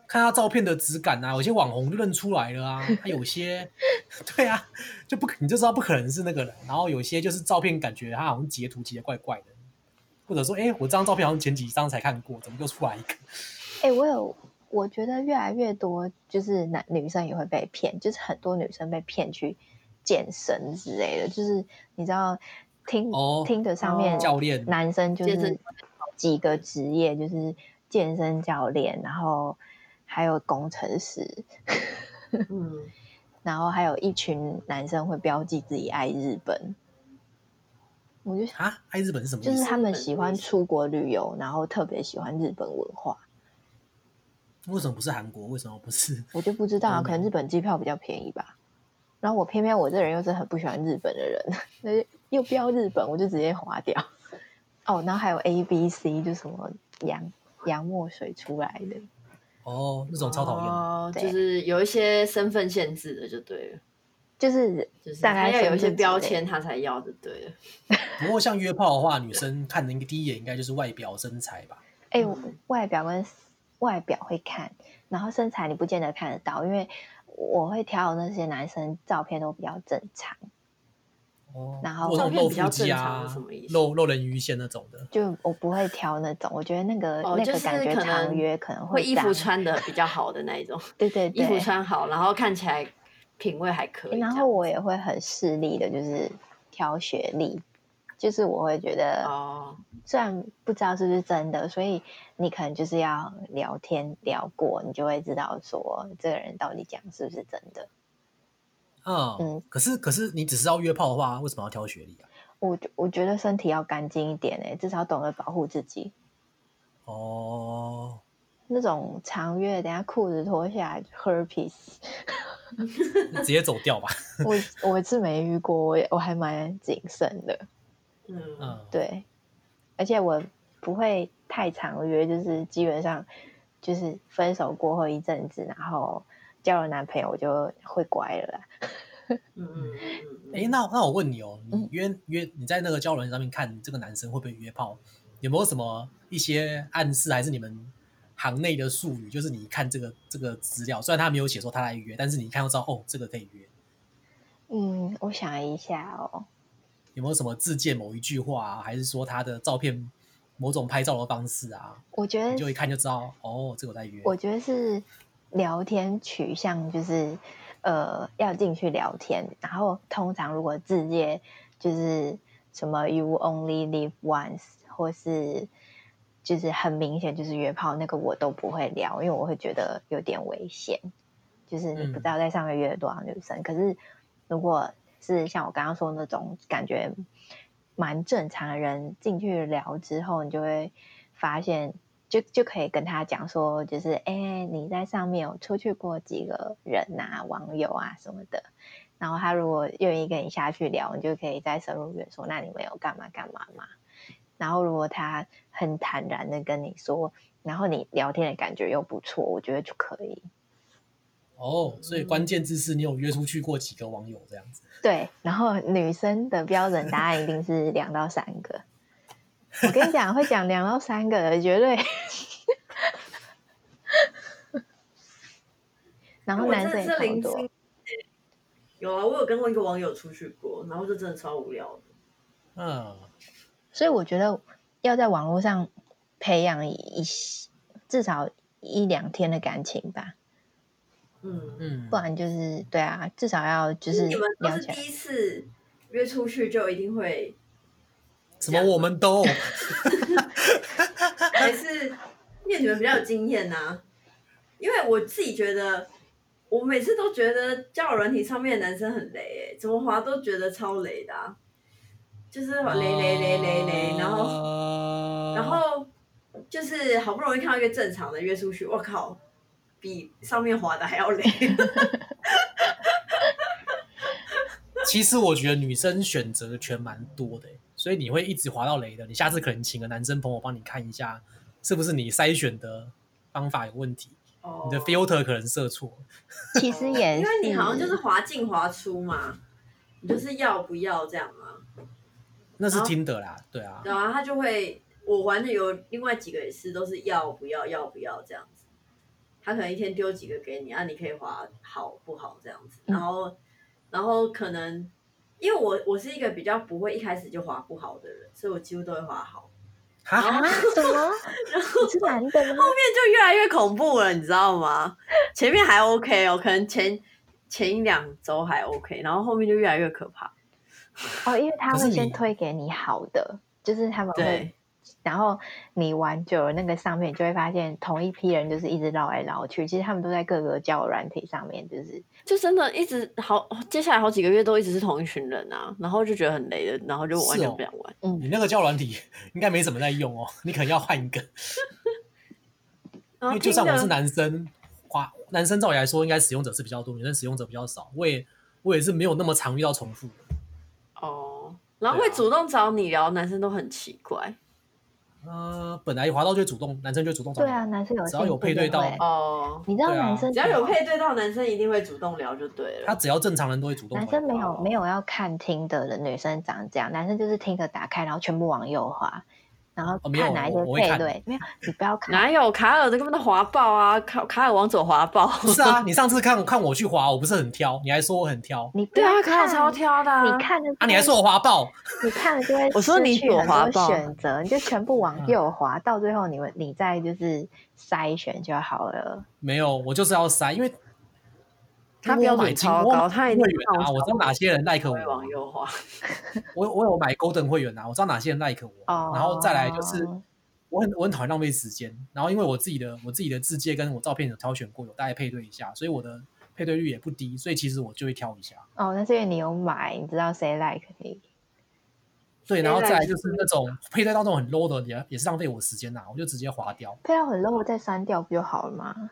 A: 看他照片的质感啊，有些网红就认出来了啊，他有些 [LAUGHS] 对啊，就不可你就知道不可能是那个人。然后有些就是照片感觉他好像截图截的怪怪的，或者说哎，诶我这张照片好像前几张才看过，怎么又出来一个？
D: 哎、我有，我觉得越来越多就是男女生也会被骗，就是很多女生被骗去健身之类的，就是你知道听、
A: 哦
D: 听的上面
C: 哦
A: 教练啊
D: 男生就
C: 健身
D: 是几个职业，就是健身教练，然后还有工程师，
C: 嗯，
D: 然后还有一群男生会标记自己爱日本，我就想
A: 啊，爱日本是什么意
D: 就是
A: 思？
D: 他们喜欢
C: 日本
D: 出国旅游，然后特别喜欢日本文化。
A: 为什么不是韩国？为什么不是？
D: 我就不知道啊，
A: 欧美
D: 可能日本机票比较便宜吧。然后我偏偏我这人又是很不喜欢日本的人， [LAUGHS] 那就又标日本，我就直接划掉。 [LAUGHS] 哦，然后还有 A、B、C，就什么洋洋墨水出来的，
A: 哦，那种超讨厌的。
C: 哦，
D: 对
C: 就是有一些身份限制的，就对了，
D: 就是
C: 就是
D: 大
C: 他
D: 概
C: 要有一些
D: 分之几
C: 标
D: 类
C: 签，他才要的，对了。
A: 不过像约炮的话，女生看的一个第一眼应该就是外表身材吧？
D: 哎、
C: 嗯
D: 我外表跟外表会看，然后身材你不见得看得到，因为我会挑那些男生照片都比较正常，
A: 哦，
D: 然后
A: 我那
C: 照
A: 种
C: 片
A: 露
C: 比较
A: 腹肌
C: 正常
A: 啊
C: 是什么意，思
A: 露露人鱼线那种的，
D: 就我不会挑那种，我觉得那个、
C: 哦
D: 那
C: 就
D: 个
C: 是
D: 感觉
C: 可能
D: 长约可能
C: 会衣服
D: 脏，
C: 穿的比较好的那
D: [LAUGHS]
C: 一种，
D: 对对对，
C: 衣服穿好，然后看起来品味还可以这
D: 欸
C: 样。
D: 然后我也会很势利的，就是挑学历，就是我会觉得，
C: 哦，
D: 虽然不知道是不是真的，所以你可能就是要聊天聊过，你就会知道说这个人到底讲是不是真的。
A: 嗯
D: 嗯，
A: 可是可是你只是要约炮的话，为什么要挑学历啊？
D: 我我觉得身体要干净一点诶、欸至少懂得保护自己。
A: 哦，
D: 那种长月，等下裤子脱下来，herpes，
A: [LAUGHS] 那直接走掉吧。
D: 我我是没遇过，我也我还蛮谨慎的。
C: 嗯，
A: 嗯，
D: 对，而且我不会太常约，就是基本上就是分手过后一阵子，然后交了男朋友，我就会乖了啦。
C: 嗯嗯嗯嗯，
A: 哎，那那我问你哦，你
D: 嗯
A: 约约你在那个交友软件上面看这个男生会不会约炮，有没有什么一些暗示，还是你们行内的术语？就是你一看这个这个资料，虽然他没有写说他来约，但是你一看就知道哦，这个可以约。
D: 嗯，我想一下哦，
A: 有没有什么自荐某一句话啊，还是说他的照片某种拍照的方式啊，
D: 我觉
A: 你就一
D: 得
A: 看就知道哦，这个我在约。
D: 我觉得是聊天取向，就是呃要进去聊天，然后通常如果直接就是什么 you only live once，或是就是很明显就是约炮，那个我都不会聊，因为我会觉得有点危险。就是你不知道在上面约了多少女生。可是如果是像我刚刚说的那种感觉蛮正常的人进去聊之后，你就会发现，就就可以跟他讲说，就是哎、你在上面有出去过几个人啊、网友啊什么的。然后他如果愿意跟你下去聊，你就可以再深入约说，那你们有干嘛干嘛嘛？然后如果他很坦然的跟你说，然后你聊天的感觉又不错，我觉得就可以。
A: 哦，所以关键字是你有约出去过几个网友这样子。
D: 对，然后女生的标准答案一定是两到三个。我跟你讲，会讲两到三个的绝对。然后
C: 我
D: 男
C: 真的
D: 生也
C: 是
D: 超
C: 零
D: 多
C: 星，。有啊，我有跟过一个网友出去过，然后就真的超无聊的。
A: 嗯，
D: 所以我觉得要在网络上培养一至少一两天的感情吧，
C: 嗯，
A: 嗯
D: 不然就是对啊，至少要就是
C: 你们都
D: 聊
C: 是
D: 起来
C: 第。一次约出去就一定会，
A: 什么我们
C: [LAUGHS]
A: 都
C: 还是因为你们比较有经验呐、因为我自己觉得，我每次都觉得交友软体上面的男生很雷、欸，怎么滑都觉得超雷的、啊，就是雷雷雷雷雷，然后
A: 后
C: 然后就是好不容易看到一个正常的约出去，我靠，比上面滑的还要累。
A: 其实我觉得女生选择权蛮多的欸，所以你会一直滑到雷的。你下次可能请个男生朋友帮你看一下，是不是你筛选的方法有问题，
C: 哦
A: 你的 filter 可能设错。
D: 其实也
C: 因为你
D: 是
C: 好像就是滑进滑出嘛，你就是要不要这样嘛，
A: 那是
C: 哦
A: 听的啦，对啊，
C: 然后他就会，我玩的有另外几个也是都是要不要要不要这样子，他可能一天丢几个给你啊，你可以滑好不好这样子，
D: 嗯
C: 然后然后可能因为我我是一个比较不会一开始就滑不好的人，所以我几乎都会滑好。
A: 哈，
C: 哦
D: 啊什
C: [LAUGHS]
D: 么？你是男的吗？
C: 就越来越恐怖了，你知道吗？前面还 OK 哦，可能前前一两周还 OK，然后后面就越来越可怕。
D: 哦，因为他
A: 可是
D: 会先
A: 你
D: 推给你好的，就是他们会
C: 对，
D: 然后你玩久了，那个上面你就会发现同一批人就是一直绕来绕去，其实他们都在各个交友软体上面，就是
A: 嗯
C: 就真的一直好，接下来好几个月都一直是同一群人啊，然后就觉得很累了，然后就完
A: 是
C: 全
A: 哦
C: 不想玩。
A: 你那个交友软体 [LAUGHS] 应该没什么在用哦，你可能要换一个，
C: 然
A: 因
C: 后
A: 为就算我是
C: 哦听着
A: 男生，滑男生照理来说应该使用者是比较多，女生使用者比较少。我也我也是没有那么常遇到重复的。
C: 哦，然后会
A: 啊
C: 主动找你聊，男生都很奇怪
A: 呃，本来滑到就会主动，男生就会主动找
D: 对
A: 你
D: 啊，
A: 聊，
D: 男生有
A: 只要有
D: 兴趣
A: 配对
D: 就
A: 到
D: 会
C: 哦。
D: 你知道
A: 对啊
D: 男生
C: 只要有配对到，男生一定会主动聊就对
A: 他
C: 了。
A: 只要正常人都会主动找你
D: 男
A: 聊。
D: 生没有没有要看听的的女生长这样，男生就是听的打开，然后全部往右滑，然后
A: 哦没有
D: 看哪一些
A: 我我会
D: 配
A: 看
D: 对，没有你不要看，
C: 哪有卡尔的根本都滑爆啊！卡卡尔往左滑爆，
A: 不是
C: [LAUGHS]
A: 啊，你上次看看我去滑，我不是很挑，你还说我很挑
D: 你不
C: 对
D: 要
C: 啊，卡
D: 看
C: 尔超挑的、
D: 你，看的
A: 啊，你还说我滑爆，
D: 你看了就会
C: 我说
D: 失
C: 你
D: 去
C: 左
D: 很
C: 滑
D: 多
C: 吧
D: 选择，你就全部
A: 嗯
D: 往右滑，到最后你们你再就是筛选就好了。
A: 没有，我就是要塞，因为
C: 他
A: 我
C: 标准
A: 买金
C: 超
A: 我
C: 高，
A: 买
C: 他一
A: 金
C: 定
A: 会员啊，我知道哪些人 like 我
C: 会
A: 啊，
C: 往右滑。 [LAUGHS]
A: 我我有买 Golden 会员啊，我知道哪些人 like 我啊，
D: 哦，
A: 然后再来就是我很我很讨厌浪费时间，然后因为我自己的我自己的字界跟我照片有挑选过，有大概配对一下，所以我的配对率也不低，所以其实我就会挑一下。
D: 哦，那是因为你有买，你知道谁 like 你。
A: 对，
C: 原
A: 然后
C: 来
A: 再来
C: 是
A: 就是那种配对到那种很 low 的，也也是浪费我时间呐、我就直接划掉。
D: 配到很 low 再删掉不就好了吗？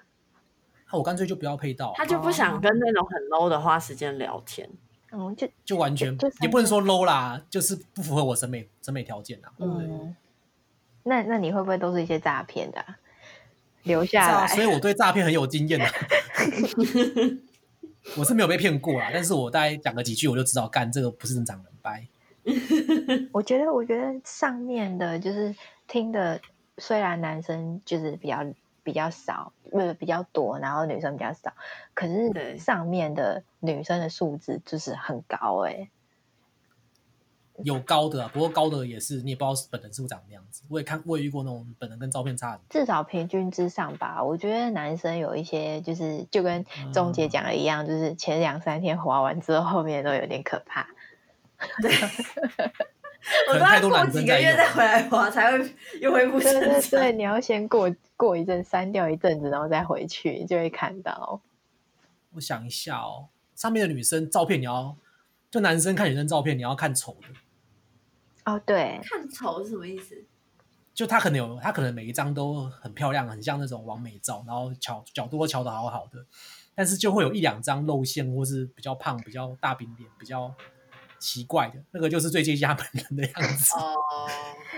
A: 那、我干脆就不要配到啊，
C: 他就不想跟那种很 low 的花时间聊天。
D: 嗯，就
A: 就完全
D: 就就删
A: 也不能说 low 啦，就是不符合我审美审美条件啊。对不对
D: 嗯，那那你会不会都是一些诈骗的啊、留下
A: 诈
D: 来？
A: 所以我对诈骗很有经
D: [LAUGHS]
A: 验的、我是没有被骗过啦，但是我大概讲了几句，我就知道干这个不是正常人掰。
D: 我觉得，我觉得上面的就是听的，虽然男生就是比较比较少，不是比较多，然后女生比较少，可
C: 对
D: 是上面的女生的素质就是很高哎、
A: 有高的、啊，不过高的也是你也不知道本人是不是长那样子。我也看，我也遇过那种本人跟照片差很多。
D: 至少平均之上吧。我觉得男生有一些就是就跟钟姐讲的一样，就是前两三天滑完之后，后面都有点可怕。
C: 我
A: [LAUGHS] 可
C: 都
A: 能太
C: 要
A: 多
C: 过
A: 男
C: 几
A: 生
C: 个
A: 在
C: 月
A: 用
C: 再回来滑，才会又恢复
D: 对
C: 正
D: 对
C: 常。
D: 对，你要先过过一阵，删掉一阵子，然后再回去，就会看到。
A: 我想一下哦，上面的女生照片你要，就男生看女生照片你要看丑的，
D: 哦，对，
C: 看丑是什么意思？
A: 就她可能有，她可能每一张都很漂亮，很像那种完美照，然后巧角度都调的好好的，但是就会有一两张露馅，或是比较胖、比较大饼脸、比较奇怪的，那个就是最接近他本人的样子。
C: 哦，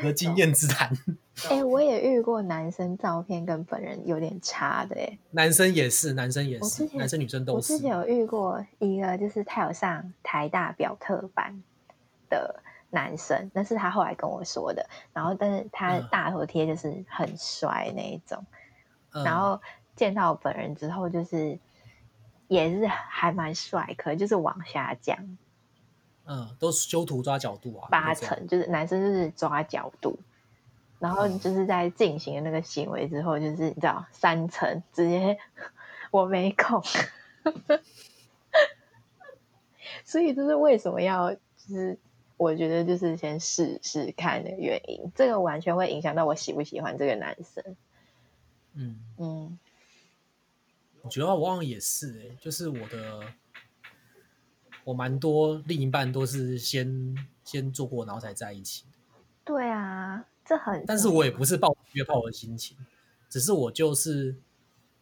A: 我的经验之谈，
D: 哎、我也遇过男生照片跟本人有点差的哎、
A: 男生也是，男生也
D: 我
A: 是
D: 之，前
A: 男生女生都
D: 我
A: 是
D: 之。前有遇过一个，就是他有上台大表特班的男生，那是他后来跟我说的。然后，但是他
A: 嗯
D: 大头贴就是很帅那一种。
A: 嗯
D: 然后见到本人之后，就是也是还蛮帅，可能就是往下降
A: 嗯，都是修图抓角度啊，
D: 八
A: 都这样
D: 成，就是男生就是抓角度。然后
A: 嗯
D: 就是在进行了那个行为之后，就是你知道三层直接我没空， [LAUGHS] 所以这是为什么要就是我觉得就是先试试看的原因，这个完全会影响到我喜不喜欢这个男生。
A: 嗯，
D: 嗯，
A: 我觉得我好像也是、欸，就是我的，我蛮多另一半都是先先做过，然后才在一起。
D: 对啊，这很
A: 但是我也不是抱约炮的心情，只是我就是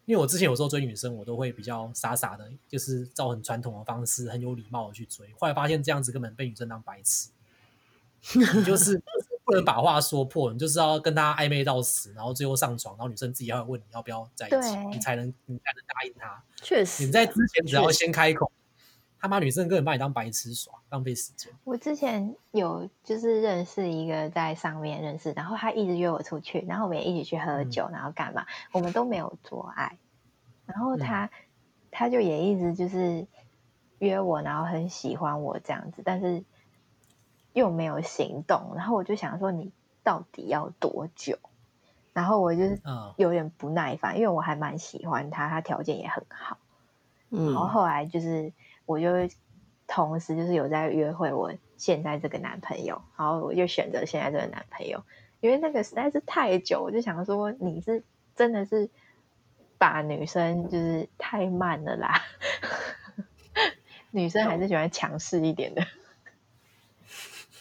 A: 因为我之前有时候追女生，我都会比较傻傻的，就是照很传统的方式，很有礼貌的去追。后来发现这样子根本被女生当白痴，你就是不能把话说破，你就是要跟她暧昧到死，然后最后上床，然后女生自己要问你要不要在一起，
D: 对
A: 你才能你才能答应她。
C: 确实啊，
A: 你在之前只要先开口，他妈女生根本把你当白痴耍，浪费时间。
D: 我之前有就是认识一个在上面认识，然后他一直约我出去，然后我们也一起去喝
A: 嗯
D: 酒，然后干嘛，我们都没有做爱。然后
A: 嗯
D: 他、他就也一直就是约我，然后很喜欢我这样子，但是又没有行动。然后我就想说，你到底要多久？然后我就是
A: 嗯，
D: 有点不耐烦，因为我还蛮喜欢他，他条件也很好。
C: 嗯
D: 然后后来就是我就同时就是有在约会我现在这个男朋友，然后我就选择现在这个男朋友，因为那个实在是太久，我就想说你是真的是把女生就是太慢了啦， [LAUGHS] 女生还是喜欢强势一点的， [LAUGHS]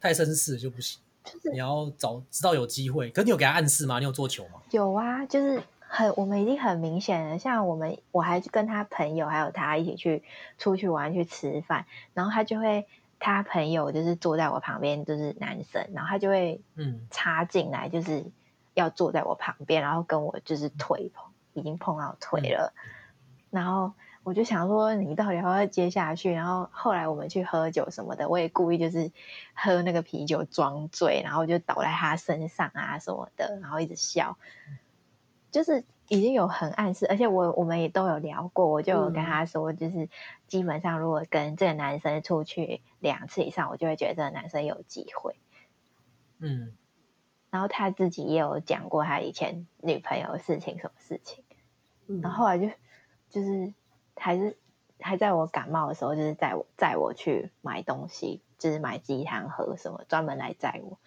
A: 太绅士就不行，
D: 就是
A: 你要找知道有机会。可是你有给他暗示吗？你有做球吗？
D: 有啊，就是很，我们已经很明显了。像我们，我还跟他朋友还有他一起去出去玩去吃饭，然后他就会他朋友就是坐在我旁边，就是男生，然后他就会
A: 嗯，
D: 插进来，就是要坐在我旁边，然后跟我就是腿碰，已经碰到腿了。然后我就想说你到底要不要接下去？然后后来我们去喝酒什么的，我也故意就是喝那个啤酒装醉，然后就倒在他身上啊什么的，然后一直笑，就是已经有很暗示，而且我我们也都有聊过，我就有跟他说，就是基本上如果跟这个男生出去两次以上，我就会觉得这个男生有机会。
A: 嗯，
D: 然后他自己也有讲过他以前女朋友的事情，什么事情。
C: 嗯
D: 然后后来就就是还是还在我感冒的时候，就是载我载我去买东西，就是买鸡汤喝什么，专门来载我。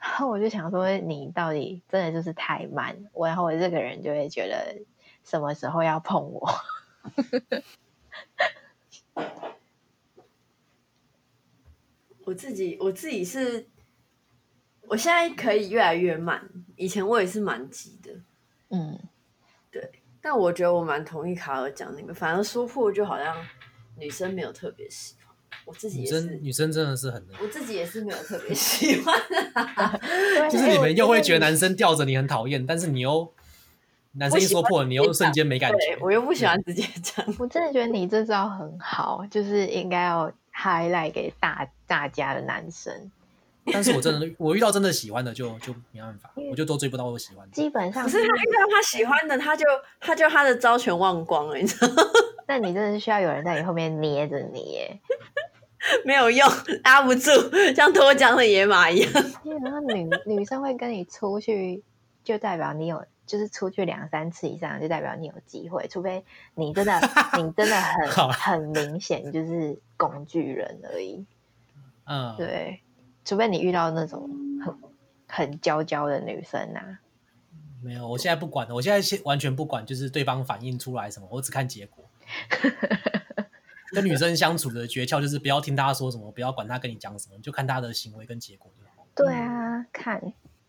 D: 然后我就想说，你到底真的就是太慢，我然后我这个人就会觉得什么时候要碰我， [LAUGHS]
C: 我自己我自己是，我现在可以越来越慢，以前我也是蛮急的，
D: 嗯，
C: 但我觉得我蛮同意卡尔讲那个，反正说破就好像女生没有特别喜欢，我自己
A: 女
C: 也
A: 生
C: 是，
A: 女生真的是很能，
C: 我自己也是没有特别喜欢、
D: 对
A: 就是
D: 哎
A: 你
D: 我
A: 们又会觉得
D: 你
A: 男生吊着你很讨厌，但是你又男生一说破了，你又瞬间没感
C: 对
A: 觉。
C: 我又不喜欢直接讲，
D: 我真的觉得你这招很好，就是应该要 highlight 给大大家的男生。
A: 但是我真的我遇到真的喜欢的就就没办法，我就都追不到我喜欢的。
D: 基本上
C: 可是他遇到他喜欢的，他就他就他的招全忘光了，你知道 [LAUGHS] 吗
D: 那你真的是需要有人在你后面捏着你耶。
C: 没有用，拉不住，像脱缰的野马一样。
D: 基本上女女生会跟你出去，就代表你有，就是出去两三次以上，就代表你有机会，除非你
A: [LAUGHS]
D: 真的你真的
A: 好
D: 很
A: 啦
D: 很明显就是工具人而已。
A: 嗯，
D: 对，除非你遇到那种很很娇娇的女生啊，
A: 没有，我现在不管了，我现在现完全不管，就是对方反应出来什么，我只看结
C: [LAUGHS]
A: 果。跟女生相处的诀窍就是不要听她说什么，不要管她跟你讲什么，你就看她的行为跟结果就好。
D: 对
C: 嗯
D: 啊，看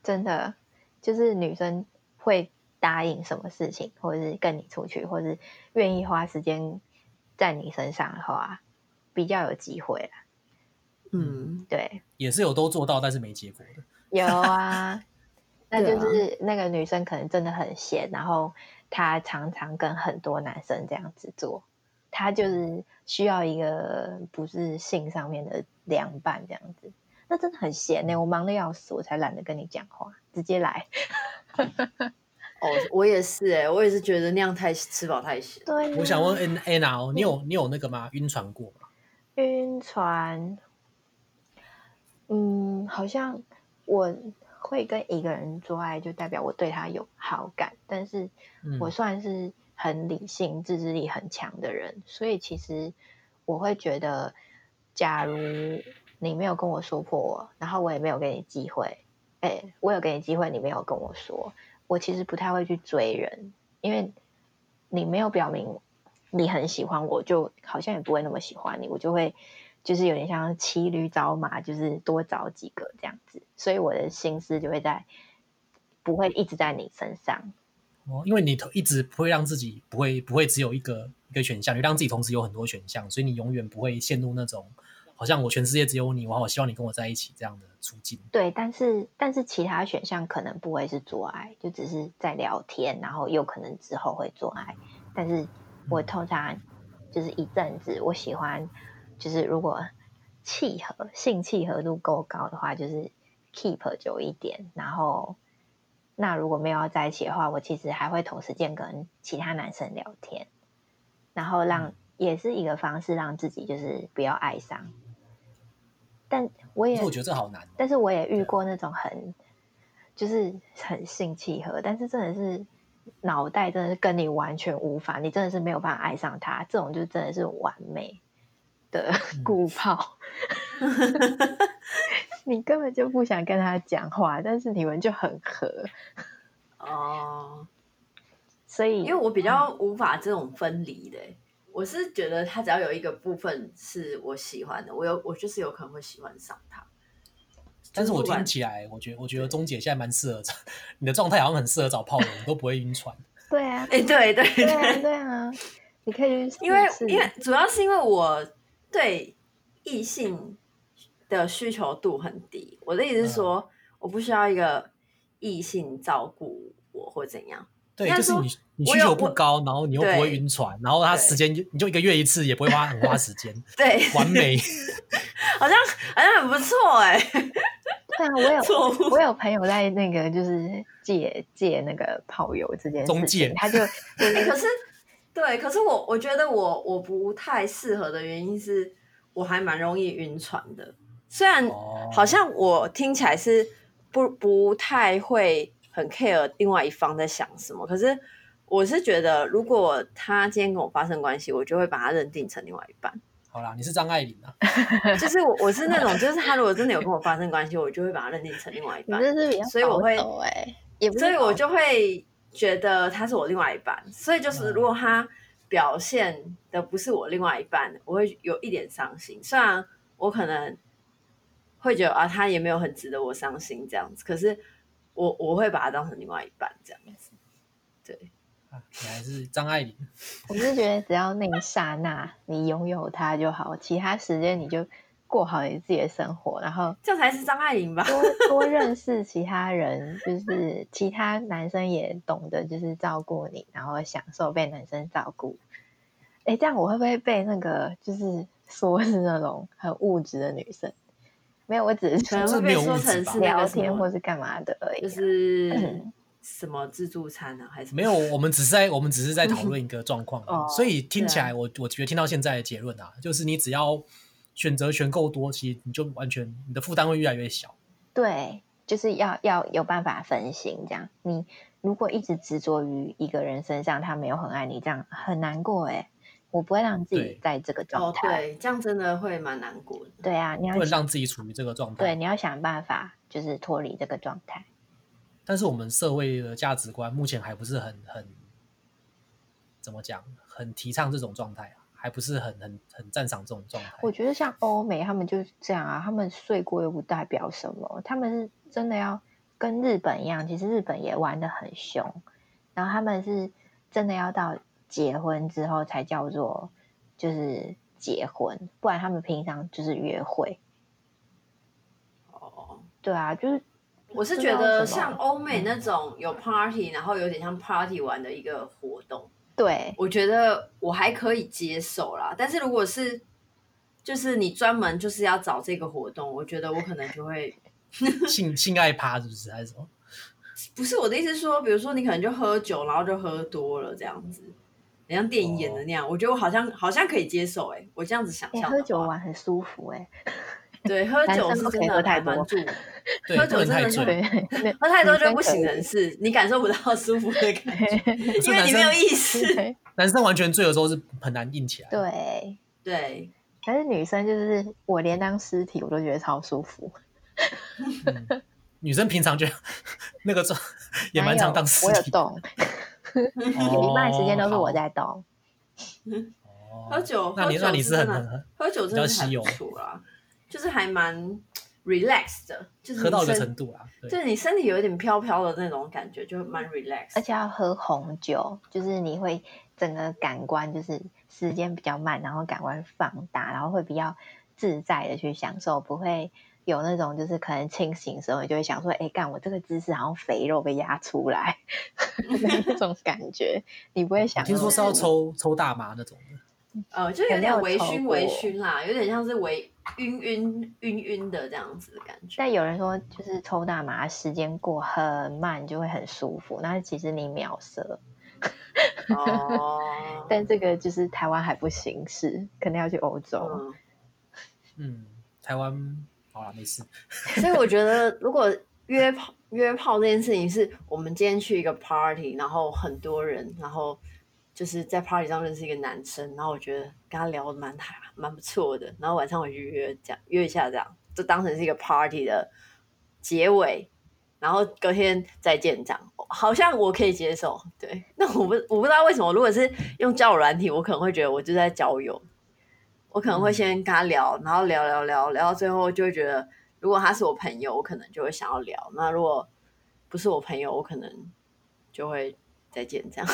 D: 真的就是女生会答应什么事情，或者是跟你出去，或者是愿意花时间在你身上的话，比较有机会啦。
C: 嗯，
D: 对，
A: 也是有都做到，但是没结果的。
D: 有
C: [LAUGHS]
D: 啊，那
C: 对
D: 就
C: 啊
D: 是那个女生可能真的很闲，然后她常常跟很多男生这样子做，她就是需要一个不是性上面的凉拌这样子。那真的很闲呢、我忙的要死，我才懒得跟你讲话，直接来。
C: 哦，我也是哎、我也是觉得那样太吃饱太闲。
D: 对、啊
A: 我想问，N
C: 嗯
A: Anna，哦你有你有那个吗？晕船过吗？
D: 晕船，嗯，好像我会跟一个人做爱，就代表我对他有好感，但是
A: 嗯，
D: 我算是很理性、自制力很强的人，所以其实我会觉得，假如你没有跟我说破我，然后我也没有给你机会，哎，我有给你机会，你没有跟我说，我其实不太会去追人，因为你没有表明你很喜欢我，就好像也不会那么喜欢你，我就会。就是有点像骑驴找马，就是多找几个这样子，所以我的心思就会在，不会一直在你身上，
A: 哦，因为你一直不会让自己不会不会只有一个一个选项，你让自己同时有很多选项，所以你永远不会陷入那种好像我全世界只有你，我好希望你跟我在一起这样的处境。
D: 对，但是但是其他选项可能不会是做爱，就只是在聊天，然后有可能之后会做爱。但是我通常就是一阵子，我喜欢就是如果契合性契合度够高的话，就是 keep 久一点。然后那如果没有要在一起的话，我其实还会同时间跟其他男生聊天，然后
A: 嗯
D: 让、也是一个方式让自己就是不要爱上。但我
A: 可
D: 也
A: 是我觉得这好难哦、
D: 但是我也遇过那种很，就是很性契合，但是真的是脑袋真的是跟你完全无法，你真的是没有办法爱上他，这种就真的是完美的
A: 嗯
D: [LAUGHS] 顾
A: [LAUGHS]
D: 炮，你根本就不想跟他讲话，但是你们就很合，
C: 哦，
D: 所以
C: 因为我比较无法这种分离的欸、我是觉得他只要有一个部分是我喜欢的，我有我就是有可能会喜欢上他。
A: 但是我
C: 不管
A: 听起来，我觉得我觉得钟姐现在蛮适合找，你的状态好像很适合找炮友，你都不会晕船。
D: 对啊，
C: 哎、对对
D: 对啊，
C: 对，
D: 对啊，你可以去试
C: 因为
D: 试
C: 因为主要是因为我对异性的需求度很低。嗯我的意思是说，我不需要一个异性照顾我或怎样， [LAUGHS]
A: 对，
C: 应该
A: 就是
C: 说
A: 你你
C: 我
A: 需
C: 有
A: 求不
C: 我
A: 高，然后你又不
C: 对
A: 会晕船，然后它
C: 对
A: 时间就你就一个月一次，也不会花很花时间，
C: 对，
A: 完
C: [LAUGHS]
A: 美。
C: 好像好像很不错哎、 [LAUGHS]
D: 对啊，我有
C: 错误
D: 我有朋友在那个就是借借那个泡友这件
A: 中
D: 事
A: 介 [LAUGHS]
D: 情，他就
C: 欸可是，对，可是我我觉得我我不太适合的原因是，我还蛮容易晕船的。虽然
A: 哦
C: 好像我听起来是不不太会很 care 另外一方在想什么，可是我是觉得，如果他今天跟我发生关系，我就会把他认定成另外一半。
A: 好啦，你是张爱玲啊，
C: 就是我我是那种，就是他如果真的有跟我发生关系，我就会把他认定成另外一
D: 你
C: 半。
D: 这是比较
C: 所以我
D: 保
C: 会
D: 守哎，也不是
C: 所以
D: 保
C: 我就会觉得他是我另外一半。所以就是
A: 嗯
C: 如果他表现的不是我另外一半，我会有一点伤心。虽然我可能会觉得啊，他也没有很值得我伤心这样子，可是我我会把他当成另外一半这样子。
A: 啊你还是张爱玲。
D: 我是觉得只要那一刹那你拥有它就好，其他时间你就过好你自己的生活，然后
C: 这样才是张爱
D: [LAUGHS]
C: 玲吧？
D: 多多认识其他人，就是其他男生也懂得就是照顾你，然后享受被男生照顾。哎，这样我会不会被那个就是说是那种很物质的女生？没有，我只
C: 可
D: 是
C: 能会
A: 没
C: 被
A: 有
C: 说
A: 物质
C: 成
A: 吧
C: 是那
D: 聊
C: 个什
D: 天
C: 么
D: 或，是干嘛的而已啊、
C: 就是
D: 嗯
C: 什么自助餐啊，还是
A: 没有，我们只是在我们只
C: [LAUGHS]
A: 是在讨论一个状况而已、
D: 哦
A: 所以听起
C: 对啊
A: 来我我觉得听到现在的结论啊，就是你只要选择权够多，其实你就完全你的负担会越来越小。
D: 对，就是要要有办法分心。这样，你如果一直执着于一个人身上，他没有很爱你，这样很难过哎、我不会让自己
A: 对
D: 在这个状
C: 哦，
D: 态。
C: 对，这样真的会蛮难过的。
D: 对啊，你要
A: 不能
D: 想
A: 让自己处于这个状
D: 对
A: 态。
D: 你要想办法，就是脱离这个状态。
A: 但是我们社会的价值观目前还不是很很怎么讲，很提倡这种状态啊，还不是很很很赞赏这种状态。
D: 我觉得像欧美他们就是这样啊，他们睡过又不代表什么，他们是真的要跟日本一样，其实日本也玩的很凶，然后他们是真的要到结婚之后才叫做就是结婚，不然他们平常就是约会。
C: 哦，
D: 对啊，就是
C: 我是
D: 不
C: 觉
D: 知道
C: 得
D: 什么啊嗯
C: 像欧美那种有 party，然后有点像 party 玩的一个活动，
D: 对哎
C: 我觉得我还可以接受啦。但是如果是就是你专门就是要找这个活动，我觉得我可能就会
A: [LAUGHS] 性性爱趴是不是还是什么？
C: 不是我的意思是说，比如说你可能就喝酒，然后就喝多了这样子，你像电影演的那样，我觉得我好像好像可以接受、欸。哎，我这样子想
D: 哦哎、
C: 象的话，
D: 喝酒玩很舒服哎、
C: 对喝
D: 男
C: 酒
D: 生
C: 是
D: 不可
C: 真
D: 以
C: 的
D: 喝太
C: 还
D: 多
C: 蛮
D: [LAUGHS]
C: 助， [LAUGHS]
A: 对
C: 喝，酒
A: 不能
C: 真的
A: 太
C: 是
A: 醉
D: 对。，那
C: 喝太多
D: 女
C: 就
D: 生
C: 不
D: 可
C: 省
D: 以
C: 人事，你感受不到舒服的
D: [LAUGHS]
C: 感觉，
A: 可是
C: 因为
A: 男
C: 你没有
A: 生
C: 意 [LAUGHS] 识。
D: 对
A: 男生完全醉的时候是很难硬起来。
D: 对，
C: 对，
D: 可是女生就是我连当尸体我都觉得超舒服，
A: 嗯 [LAUGHS] 女生平常就那个
D: [LAUGHS]
A: 状也蛮常当尸
D: 哪有我有
A: 体， [LAUGHS] 哦
D: 动，有
A: 有 [LAUGHS]
D: 一半时间都是我。在动。
A: 好
C: 喝酒，
A: 那你
C: 喝酒
A: 那你
C: 是
A: 是很
C: 真的
A: 很很
C: 喝酒真的是还
A: 比较
C: 不
A: 稀有
C: 错啦，就是还蛮 relax 的，就是
A: 喝到一
C: 你
A: 个
C: 身
A: 程度啦。
C: 就
A: 对，
C: 是你身体有一点飘飘的那种感觉，就蛮 relax。
D: 而且要喝红酒，就是你会整个感官就是时间比较慢，然后感官放大，然后会比较自在的去享受，不会有那种就是可能清醒的时候你就会想说，哎，干我这个姿势好像肥肉被压出来 [LAUGHS] 那种感觉，你不会想
A: 听说是要
D: 要
A: 抽抽大麻那种的，
C: 呃，就有
D: 有没
C: 点
D: 有
C: 微
D: 超
C: 醺
D: 过
C: 微醺啦，有点像是微晕晕晕晕的这样子的感觉。
D: 但有人说，就是抽大麻时间过很慢，就会很舒服。那其实你秒射，
C: 哦，
D: 但这个就是台湾还不行事，可能要去欧洲。 [LAUGHS]
C: 嗯，
A: 嗯，台湾好啦，没事。
C: 所以我觉得如果约炮约炮这件事情，是我们今天去一个 party，然后很多人，然后就是在 party 上认识一个男生，然后我觉得跟他聊得蛮还蛮不错的，然后晚上我去约这样约一下这样，就当成是一个 party 的结尾，然后隔天再见这样，好像我可以接受。对， [LAUGHS] 那我不我不知道为什么，如果是用交友软体，我可能会觉得我就在交友，我可能会先跟他聊，然后聊聊聊聊到最后就会觉得，如果他是我朋友，我可能就会想要聊；那如果不是我朋友，我可能就会再见这样。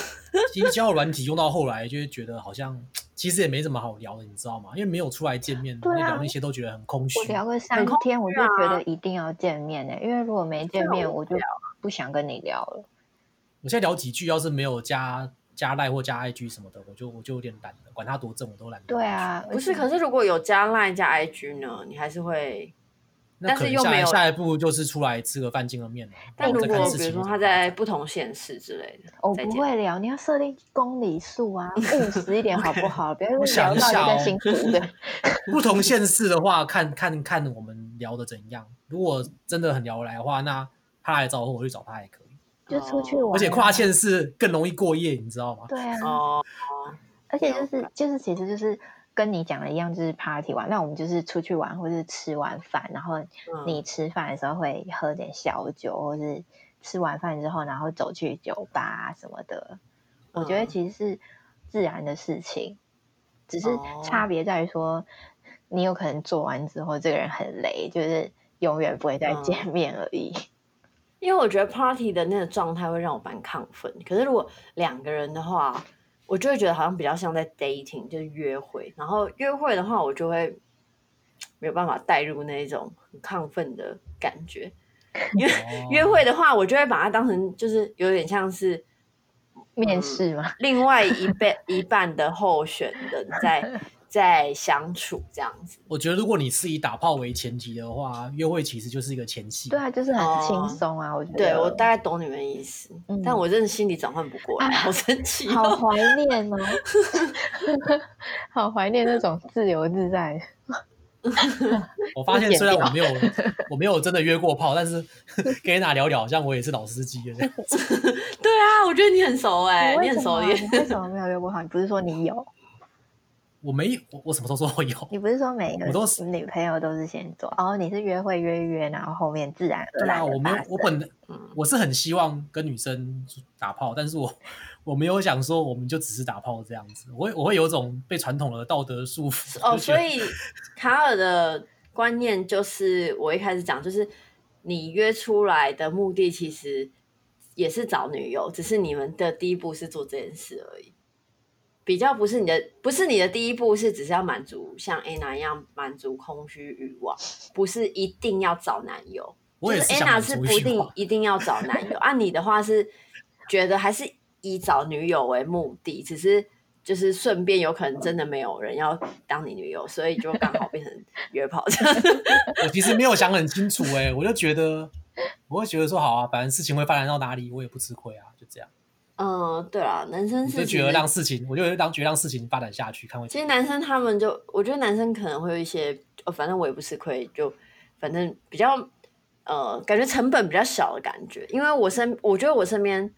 A: 其实交友软体用到后来，就会觉得好像其实也没什么好聊的，你知道吗？因为没有出来见面，
D: 对啊
A: 那聊那些都觉得很空虚
D: 我。聊个三
C: 空
D: 天，我就
C: 啊
D: 欸觉得一定要见面呢、因为如果没见
C: 很
D: 面，
C: 无
D: 我就
C: 聊啊
D: 不想跟你聊了。
A: 我现在聊几句，要是没有加加赖或加 IG 什么的，我就我就有点懒了，管他多正，我都懒得。
D: 对，啊，
C: [LAUGHS] 不是，可是如果有加 Line 加 IG 呢，你还是会。
A: 那
C: 但
A: 可
C: 是
A: 能
C: 又
A: 下
C: 没有
A: 下一步就是出来吃个饭、见个面了。
C: 但如
A: 再看
C: 果
A: 事
C: 比如
A: 情
C: 说
A: 怎
C: 他
A: 么
C: 在
A: 发展
C: 不同县市之类的，
D: 我
C: 再
D: 哦不
C: 见
D: 会聊，你要设定公里
C: [LAUGHS]
D: 数啊，务实一点好不好？不要因
A: 我
D: 为
A: 想
D: 聊
A: 一
D: 到
A: 下
D: 就在
A: 哦
D: 辛苦的。
A: [LAUGHS]
C: [LAUGHS]
A: 不同县市的话，看看看我们聊的怎样。如果真的很聊得来的话，那他来找我，我去找他也可以。
D: 就出去
C: 哦
D: 玩啊，
A: 而且跨县市更容易过夜，你知道吗？
C: [LAUGHS]
D: 对啊，
C: 哦，
D: 而且就
C: 了
D: 是就是其实就是跟你讲的一样，就是 party 玩，那我们就是出去玩或是吃完饭，然
C: 嗯
D: 后你吃饭的时候会喝点小酒，或是吃完饭之后然后走去酒吧啊什么的，我觉得
C: 嗯
D: 其实是自然的事情，只是
C: 哦
D: 差别在于说你有可能做完之后这个人很累，就是永远不会再
C: 嗯
D: 见面而已。 [LAUGHS]
C: 因为我觉得 party 的那个状态会让我蛮亢奋。可是如果两个人的话，我就会觉得好像比较像在 dating，就是约会。然后约会的话，我就会没有办法带入那一种很亢奋的感觉。因为
A: 哦
C: 约会的话，我就会把它当成就是有点像是嗯
D: 面试嘛，
C: 另外一半一半的候选人
D: [LAUGHS]
C: 在在相处这样子。
A: 我觉得如果你是以打炮为前提的话，约会其实就是一个前戏。
D: 对啊，就是很轻
C: 哦
D: 松啊，我觉得。
C: 对我大概懂你们意思，
D: 嗯
C: 但我真的心里转换不过来，
D: 啊
C: 好生气、哦。
D: 好怀念哦， [LAUGHS] 好怀念那种自由自在。
A: 我发现
D: 剪
A: 虽然
D: 掉
A: 我没有
C: [LAUGHS]
A: 我没有真的约过炮，但是 [LAUGHS] 跟你俩聊聊，好像我也是老司机的这样。
C: 对啊，我觉得你很熟哎、
D: 为
C: 你很
D: 什
C: 熟
D: 么啊
C: 练。
D: 你为什么没有约
A: [LAUGHS]
D: 过炮？你不是说你有？
A: 我没我我什么时候说我有？
D: 你不是说每个
A: 我都是
D: 女朋友都是先做？哦，你是约会约一约，然后后面自然而
A: 对
D: 然
A: 啊，
D: 地
A: 我没有
D: 发，
A: 我
D: 生
A: 本来
C: 嗯
A: 我是很希望跟女生打炮，但是我我没有想说我们就只是打炮这样子，我会我会有种被传统的道德束缚
C: 哦，
A: 就觉得
C: 所以卡尔的观念就是我一开始讲，就是你约出来的目的其实也是找女友，只是你们的第一步是做这件事而已。比较不是你的，不是你的第一步是只是要满足像 Anna 一样满足空虚欲望，不是一定要找男友。
A: 我也
C: 就是
A: 想
C: Anna
A: 满
C: 是
A: 足
C: 不
A: 欲
C: 定
A: 望
C: 一定要找男友，啊，你的话是觉得还是以找女友为目的，只是就是顺便有可能真的没有人要当你女友，所以就刚好变成约炮这样。 [LAUGHS]
A: 我其实没有想很清楚哎、我就觉得我会觉得说好啊，反正事情会发展到哪里，我也不吃亏啊，就这样。
C: 嗯，对啊，男生
A: 我
C: 是
A: 就
C: 其
A: 觉
C: 实
A: 得让事情，我就让觉得让事情发展下去，看会
C: 其
A: 怎
C: 实
A: 么样。
C: 男生他们就，我觉得男生可能会有一些，呃，反正我也不吃亏，就反正比较，呃，感觉成本比较小的感觉。因为我身，我觉得我身边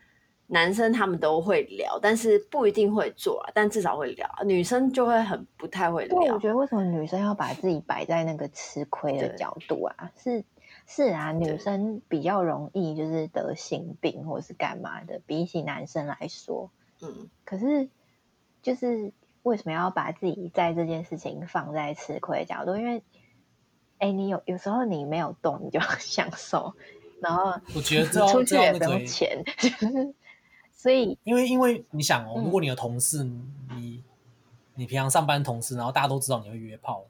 C: 男生他们都会聊，但是不一定会做啊，但至少会聊。女生就会很不太会
D: 对，我
C: 聊，
D: 觉得为什么女生要把自己摆在那个吃亏的
C: 对
D: 角度啊？是是啊，
C: 对
D: 女生比较容易就是得性病或是干嘛的，比起男生来说。
C: 嗯，
D: 可是就是为什么要把自己在这件事情放在吃亏的角度？因为，哎，你有有时候你没有动，你就要 [LAUGHS] 享受，然后
A: 我觉得
D: 你
A: 这
C: [LAUGHS]
A: 要
D: 出
A: 这
D: 去
A: 要
D: 也
A: 那
D: 不
A: 个
D: 用
A: 欸
D: 钱， [LAUGHS] 就是所以
A: 因为因为你想哦，
D: 嗯
A: 如果你的同事，你你平常上班同事，然后大家都知道你会约炮，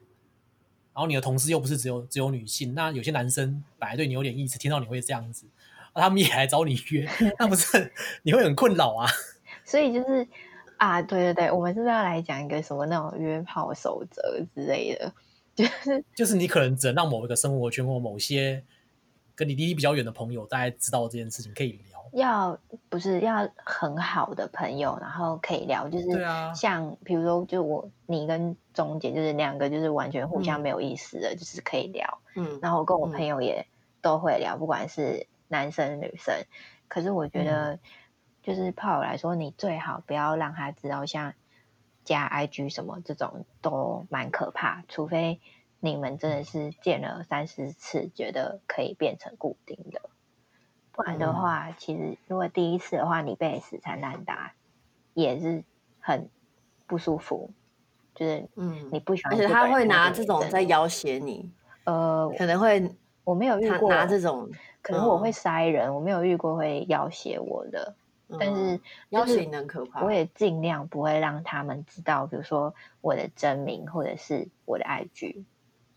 A: 然后你的同事又不是只有只有女性，那有些男生本来对你有点意思，听到你会这样子，那他们也来找你 [LAUGHS] 约，那不是你会很困扰啊？
D: 所以就是啊，对对对，我们是不是要来讲一个什么那种约炮守则之类的？就是
A: 就是你可能只能让某一个生活圈或某些跟你离你比较远的朋友大概知道这件事情，可以聊。
D: 要不是要很好的朋友，然后可以聊，就是
A: 对啊
D: 像比如说，就我你跟钟姐就是两个就是完全互
C: 嗯
D: 相没有意思的，就是可以聊。
C: 嗯，
D: 然后我跟我
C: 嗯
D: 朋友也都会聊，不管是男生女生。可是我觉
C: 嗯
D: 得，就是炮友来说，你最好不要让他知道像加 IG 什么这种都蛮可怕，除非你们真的是见了三四次，觉得可以变成固定的。不然的
C: 嗯
D: 话，其实如果第一次的话，你被死缠烂打也是很不舒服，就是
C: 嗯
D: 你不喜欢
C: 而
D: 这
C: 且
D: 个人，
C: 他会拿
D: 或者
C: 这
D: 你
C: 种
D: 真
C: 在
D: 的
C: 要挟你，
D: 呃，
C: 可能会
D: 我没有遇
C: 他
D: 过
C: 拿这种，
D: 可能我会
C: 嗯
D: 塞人，我没有遇过会要挟我的，
C: 嗯
D: 但是
C: 要
D: 就是
C: 挟你很可怕
D: 我也尽量不会让他们知道，比如说我的真名或者是我的 IG。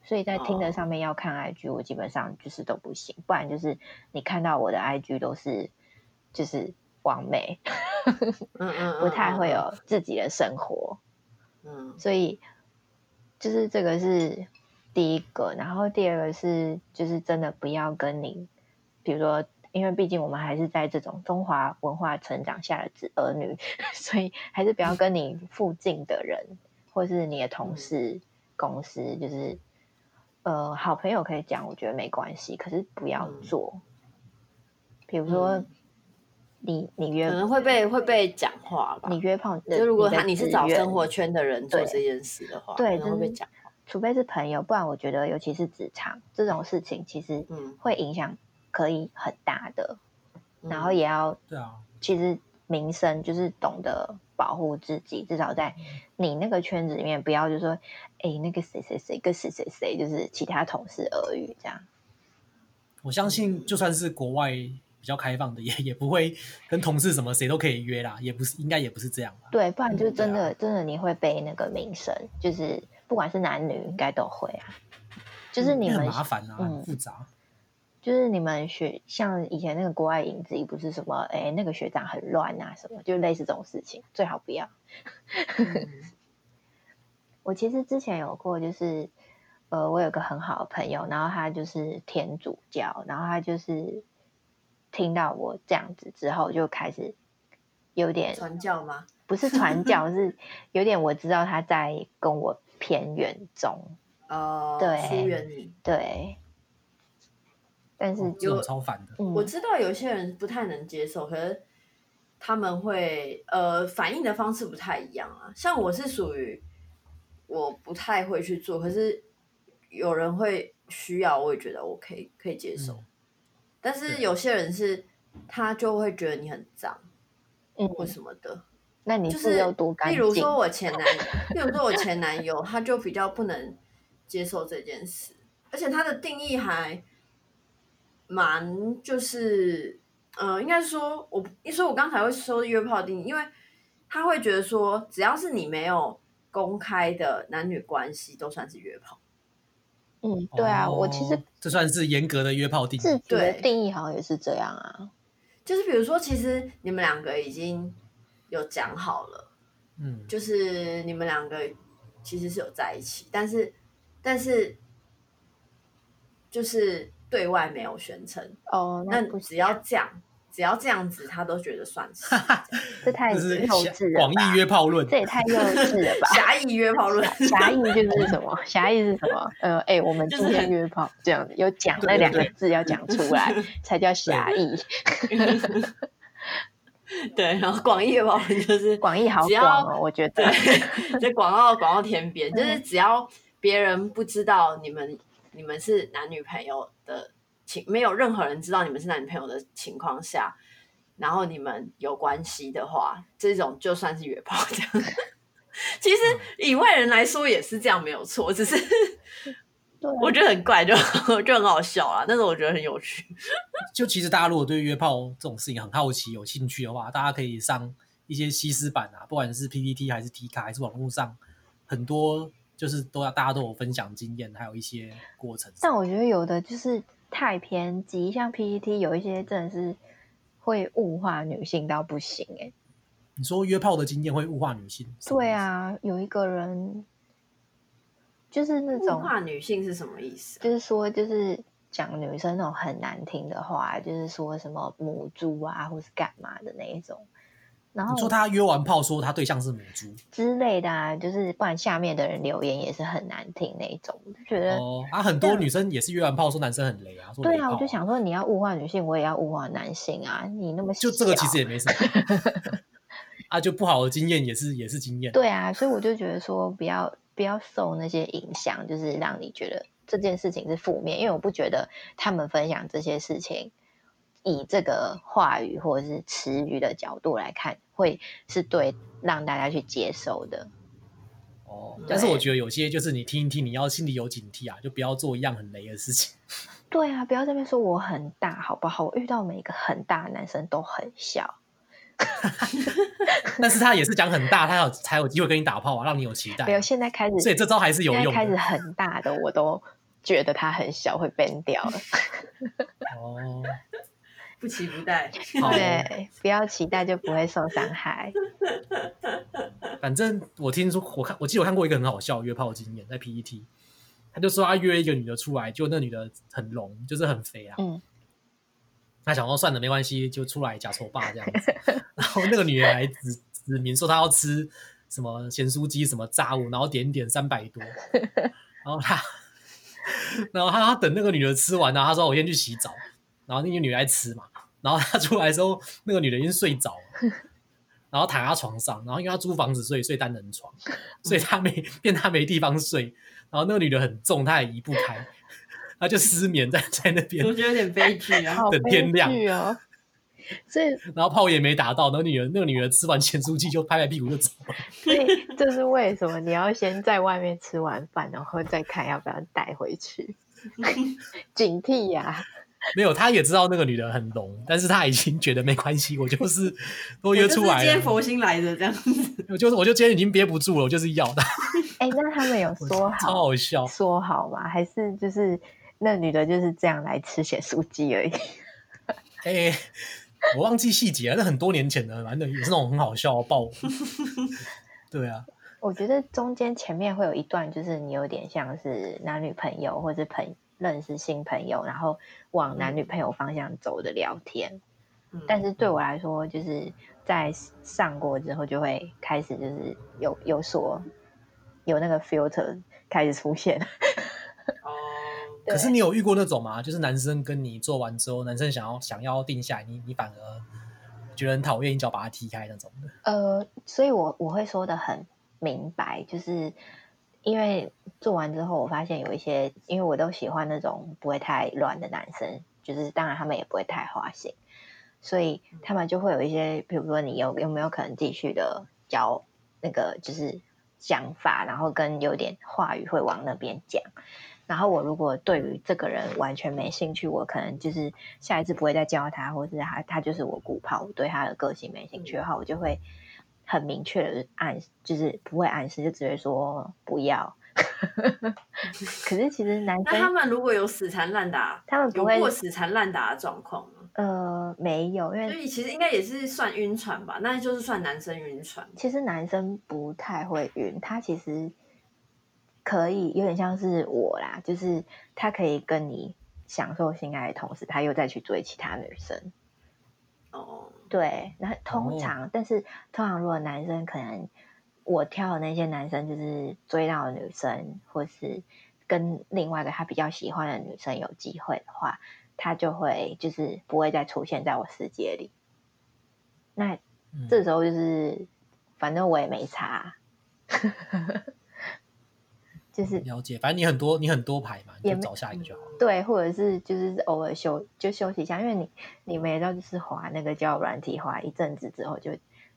D: 所以在听
C: 哦
D: 的上面要看 IG，我基本上就是都不行，不然就是你看到我的 IG 都是就是完美， [LAUGHS]
C: 嗯嗯，
D: 不太会有自己的生活，
C: 嗯，
D: 所以就是这个是第一个，然后第二个是就是真的不要跟你，比如说，因为毕竟我们还是在这种中华文化成长下的子儿女， [LAUGHS] 所以还是不要跟你附近的人或是你的
C: 嗯
D: 同事、公司，就是呃好朋友可以讲，我觉得没关系，可是不要
C: 嗯
D: 做，比如说。
C: 嗯
D: 你你约
C: 可能会被会被讲话吧
D: 你。约炮的，
C: 就如果
D: 的
C: 他你
D: 自
C: 是找
D: 愿
C: 生活圈的人做
D: 对
C: 这件事的话，
D: 对
C: 可能会
D: 就
C: 被
D: 是
C: 讲话。
D: 除非是朋友，不然我觉得尤其是职场这种事情，其实
C: 嗯，
D: 会影响可以很大的，
C: 嗯
D: 然后也要
A: 对啊，
D: 其实民生就是懂得保护自己，至少在你那个圈子里面，不要就说哎那个谁谁谁跟谁谁谁就是其他同事耳语这样，
A: 我相信就算是国外比较开放的，也也不会跟同事什么谁都可以约啦，也不是应该也不是这样吧？
D: 对，不然就
A: 嗯对
D: 真的、
A: 啊
D: 真的你会被那个名声，就是不管是男女应该都会啊，就是
A: 因
D: 你
A: 为
D: 们
A: 很麻烦啊，
D: 嗯
A: 很复杂。
D: 就是你们学像以前那个国外影集，不是什么哎、诶那个学长很乱啊什么，就类似这种事情，最好不要。
C: 嗯
D: [LAUGHS] 我其实之前有过，就是呃，我有个很好的朋友，然后他就是天主教，然后他就是听到我这样子之后，就开始有点
C: 传教吗？
D: 不是传教，
C: [LAUGHS]
D: 是有点我知道他在跟我偏远中，
C: 哦，
D: 对
C: 疏远你。
D: 对，但是
A: 哦这
D: 就、
A: 种超烦的，
D: 嗯
C: 我知道有些人不太能接受，可是他们会呃反应的方式不太一样啊。像我是属于我不太会去做，可是有人会需要，我也觉得我可以可以接受。
A: 嗯
C: 但是
A: 对
C: 有些人是他就会觉得你很脏
D: 嗯，
C: 或什么的，
D: 那你
C: 就
D: 自
C: 是
D: 由多干
C: 例
D: 净，
C: 如说我
D: [LAUGHS]
C: 前男，例如说我前男友，他就比较不能接受这件事，而且他的定义还蛮就是，呃，应该说我一说我刚才会说约炮的定义，因为他会觉得说，只要是你没有公开的男女关系，都算是约炮。
D: 嗯，对啊，我其实
A: 哦这算是严格的约炮定
D: 自
A: 义，
D: 己的
C: 对
D: 定义好像也是这样啊。
C: 就是比如说，其实你们两个已经有讲好了。
A: 嗯，
C: 就是你们两个其实是有在一起，但是但是就是对外没有宣称。
D: 哦，
C: 那
D: 不
C: 只要这样，只要这样子，他都觉得算是 [LAUGHS]
D: 这太
A: 这
D: 幼
A: 是
D: 稚了
A: 广
D: 吧？
A: 义约炮论
D: 这。
C: [LAUGHS]
D: 也太幼稚了吧？
C: 狭义约炮论。
D: [LAUGHS] 狭义就是什么？狭义是什么？呃，哎、我们今天约炮这样，有讲那
A: 对对
D: 两个
A: 对
D: 字要讲出来，
C: [LAUGHS]
D: 才叫狭义。
C: 对，然后广义约炮论就是
D: 广义好
C: 只要
D: 广哦，我觉得。
C: 对， [LAUGHS] 在广告广告天边，就是只要别人不知道你们你们是男女朋友的情，没有任何人知道你们是男女朋友的情况下，然后你们有关系的话，这种就算是约炮这样。 [LAUGHS] 其实以外人来说也是这样，没有错，只是
D: 对啊
C: 我觉得很怪就， [LAUGHS] 就很好笑啦。但是我觉得很有趣，
A: 就其实大家如果对约炮这种事情很好奇、有兴趣的话，大家可以上一些西施版啊，不管是 PPT 还是 T 卡，还是网络上很多，就是都要大家都有分享经验，还有一些过程。
D: 但我觉得有的就是太偏激，像 PPT 有一些真的是会物化女性到不行哎、
A: 你说约炮的经验会物化女性？
D: 对，啊，有一个人就是那
C: 物
D: 种
C: 化女性是什么意思啊、
D: 就是说，就是讲女生那种很难听的话，就是说什么母猪啊，或是干嘛的那一种，然后
A: 你说他约完炮说他对象是母猪
D: 之类的啊，就是不然下面的人留言也是很难听那一种，我就觉得、
A: 哦，啊，很多女生也是约完炮说男生很雷啊，说
D: 对
A: 雷
D: 啊，
A: 炮
D: 我就想说你要物化女性，我也要物化男性啊，你那么
A: 就这个其
D: 小
A: 实也没什么 [LAUGHS] 啊，就不好的经验也是也是经验。
D: 对啊，所以我就觉得说，不要不要受那些影响，就是让你觉得这件事情是负面，因为我不觉得他们分享这些事情，以这个话语或者是词语的角度来看，会是对让大家去接受的。
A: 哦，但是
D: 对
A: 我觉得有些就是你听一听，你要心里有警惕啊，就不要做一样很雷的事情。
D: 对啊，不要这边说我很大，好不好？我遇到每一个很大的男生都很小，
A: 但是他也是讲很大，他有才有机会跟你打炮啊，让你有期待
D: 没有，
A: 啊。
D: 现在开
A: 所以
D: 始，
A: 这招还是有
D: 现在
A: 用
D: 开始
A: 的。
D: 很大的我都觉得他很小，会变掉了。
A: 哦，
C: 不期不待。
A: 好，
D: 对，不要期待就不会受伤害。
A: 反正我听说，我看我记得我看过一个很好笑的约炮经验，在 PET，他就说他约一个女的出来，就那女的很聋，就是很肥啊。
D: 嗯，
A: 他想说算了，没关系，就出来假丑霸这样子。 [LAUGHS] 然后那个女人还指指明说她要吃什么咸酥鸡、什么炸物，然后点点三百多。然后他，然后他他等那个女的吃完，然后他说哦我先去洗澡。然后那个女的来吃嘛，然后他出来的时候，那个女的已经睡着了，然后躺在他床上，然后因为他租房子所以睡单人床，所以他没变他没地方睡。然后那个女的很重，他也移不开，他就失眠在在那边。
C: 我觉得有点悲剧 [LAUGHS] 啊。
D: 好
A: 等天
D: 悲
A: 亮
D: 剧哦。所以，
A: 然后炮也没打到，然后女人那个女人吃完咸酥鸡就拍拍屁股就走了。
D: 所
A: [LAUGHS]
D: 以这是为什么你要先在外面吃完饭，然后再看要不要带回
A: [LAUGHS]
D: 去？警惕呀、
A: 没有，他也知道那个女的很聋，但是他已经觉得没关系，我就是都约出
C: 我
A: 来
C: 就是接
A: 了，
C: 佛心来的这样子，
A: 我就是我就今天已经憋不住了，我就是要的，
D: 哎、那他们有说
A: 超
D: 好
A: 好笑。
D: 说好吗？还是就是那女的就是这样来吃血酥鸡而已？ [LAUGHS]
A: 哎、我忘记细节了，那很多年前的，反正也是那种很好笑的
D: [LAUGHS]
A: 爆我。对啊，
D: 我觉得中间前面会有一段，就是你有点像是男女朋友或者朋认识新朋友，然后往男女朋友方向走的聊天。
C: 嗯
D: 但是对我来说，就是在上过之后，就会开始就是有有所有那个 filter 开始出现。 [LAUGHS]
C: 哦，
D: [LAUGHS] 对
A: 可是你有遇过那种吗？就是男生跟你做完之后，男生想要想要定下来，你你反而觉得很讨厌，一脚把他踢开那种的。
D: 呃，所以我我会说的很明白，就是因为做完之后，我发现有一些，因为我都喜欢那种不会太乱的男生，就是当然他们也不会太花心，所以
C: 嗯
D: 他们就会有一些，比如说你有有没有可能继续的教那个就是想法，然后跟有点话语会往那边讲。然后我如果对于这个人完全没兴趣，我可能就是下一次不会再教他，或是他他就是我固炮，我对他的个性没兴趣的话，我就会很明确的暗，就是不会暗示，就直接说不要。 [LAUGHS] 可是其实男
C: 那他
D: 生
C: 们如果有死缠烂打，
D: 他们不
C: 有
D: 会
C: 过死缠烂打的状况吗？
D: 呃没有，因
C: 所
D: 为
C: 以其实应该也是算晕船吧，那就是算男生晕船。
D: 其实男生不太会晕，他其实可以有点像是我啦，就是他可以跟你享受性爱的同时，他又再去追其他女生。
C: 哦，
D: 对，那
A: 哦
D: 通常，但是通常如果男生可能我挑的那些男生就是追到的女生，或是跟另外一个他比较喜欢的女生有机会的话，他就会就是不会再出现在我世界里。那
A: 嗯
D: 这时候就是，反正我也没差， [LAUGHS] 就是
A: 了解，反正你很多你很多牌嘛，你
D: 也
A: 就
D: 没
A: 找下一个就好了。
D: 对，或者是就是偶尔休就休息一下，因为你你们也知道，就是滑那个叫软体滑一阵子之后，就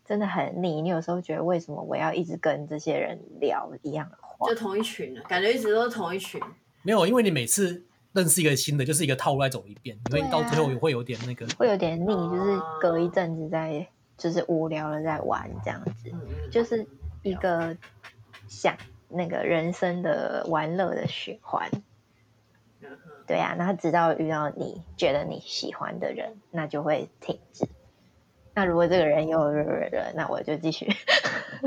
D: 真的很腻。你有时候觉得为什么我要一直跟这些人聊一样的话
C: 就？同一群啊了，感觉一直都是同一群。
A: 没有，因为你每次认识一个新的，就是一个套路在走一遍，你
D: 对
A: 会
D: 啊
A: 到最后也会有点那个。
D: 会有点腻，就是隔一阵子再就是无聊了再玩这样子，
C: 嗯嗯，
D: 就是一个想那个人生的玩乐的循环。
C: 嗯哼
D: 对啊，然后直到遇到你觉得你喜欢的人，那就会停止。那如果这个人又那我就
C: [LAUGHS]
D: 继续。 [LAUGHS]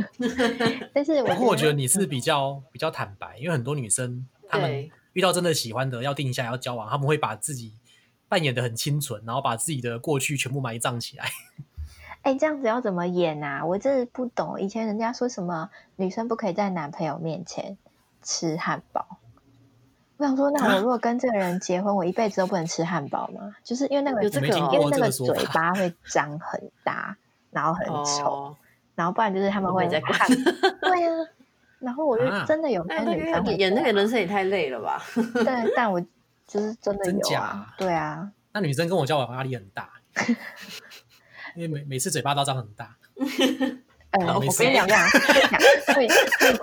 D: 但是我
A: 不过我觉得你是比
D: 嗯
A: 较比较坦白，因为很多女生她们
C: 对，
A: 遇到真的喜欢的要定下来要交往，她们会把自己扮演的很清纯，然后把自己的过去全部埋葬起来。 [LAUGHS]
D: 哎、这样子要怎么演啊？我真的不懂。以前人家说什么女生不可以在男朋友面前吃汉堡，我想说，那我如果跟这个人结婚，我一辈子都不能吃汉堡吗？就是因为那个
C: 有这
A: 我没
C: 个
A: 听
C: 哦
D: 因为
A: 过
D: 那
A: 这
D: 个
A: 个说
D: 嘴
A: 法。
D: 巴会张很大，然后很丑。
C: 哦，
D: 然后不然就是他们会
C: 我没在管
D: 看，对呀、然后我就
A: 啊
D: 真的有
C: 那
D: 看
C: 个
D: 女生会
C: 演那个
D: 做啊
C: 人，生也太累了
D: [LAUGHS]
C: 吧？
D: 但但我就是真的
A: 真
D: 有
A: 假
D: 啊
A: 啊，
D: 对啊，
A: 那女生跟我交往压力很
D: [LAUGHS]
A: 大，因为每每次嘴巴都张很大。
D: 呃，
A: 好
D: 我
A: 没事
D: 跟你讲，我跟你讲，
C: [LAUGHS]
D: 会会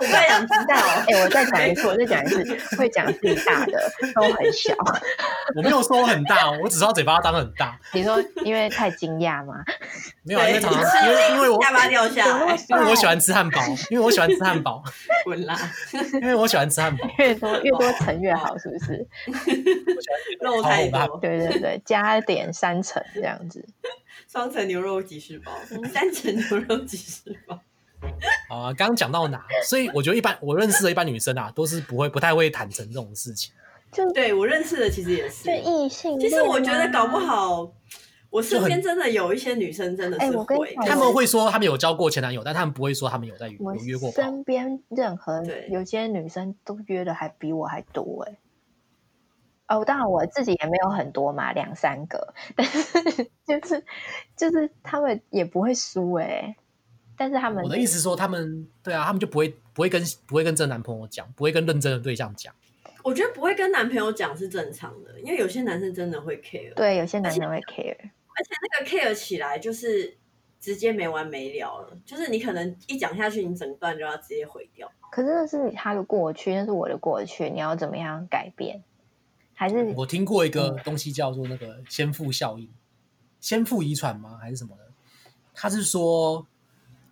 C: 我
D: 会
C: 也想知道，
D: 哎、我再讲一次，我再讲一次，会讲自己大的都很小， [LAUGHS]
A: 我没有说我很大哦，我只是要嘴巴当很大，
D: 你说因为太惊讶嘛？
A: 没有啊，因为常
C: 对
A: 常因为因为我
C: 下巴掉下来，
A: 因为我喜欢吃汉堡，因为我喜欢吃汉堡，
C: 滚啦！
D: [LAUGHS]
A: 因为我喜欢吃汉堡，
D: 越多越多层越好，是不是？
A: 好
C: 肉太
A: 我把
C: 多，
D: 对对对，加点三层这样子。
C: 双层牛肉吉士包，
D: 嗯
C: 三层牛肉吉士包。
A: 好啊，刚刚讲到哪？所以我觉得一般我认识的一般女生啊，都是不会不太会坦诚这种事情，
C: 对我认识的其实也是
D: 就，异性
C: 其
D: 恋啊，
C: 实我觉得搞不好，我身
A: 就
C: 边
A: 很
C: 真的有一些女生真的
D: 哎
C: 是
D: 我跟你
C: 会，
D: 讲
A: 他们会说他们有交过前男友，但他们不会说他们有在约
D: 我
A: 有约过炮。
D: 身边任何
C: 对
D: 有些女生都约的还比我还多哎、哦，当然我自己也没有很多嘛，两三个，但是 [LAUGHS] 就是就是他们也不会输哎、但是他们
A: 我的意思是说，他们对啊，他们就不会不会跟不会跟真男朋友讲，不会跟认真的对象讲。
C: 我觉得不会跟男朋友讲是正常的，因为有些男生真的会 care，
D: 对有些男生会 care，
C: 那个 care 起来就是直接没完没了了，就是你可能一讲下去，你整段就要直接毁掉。
D: 可是那是他的过去，那是我的过去，你要怎么样改变？还是
A: 我听过一个东西叫做那个先父效应，先父遗传吗？还是什么的？他是说，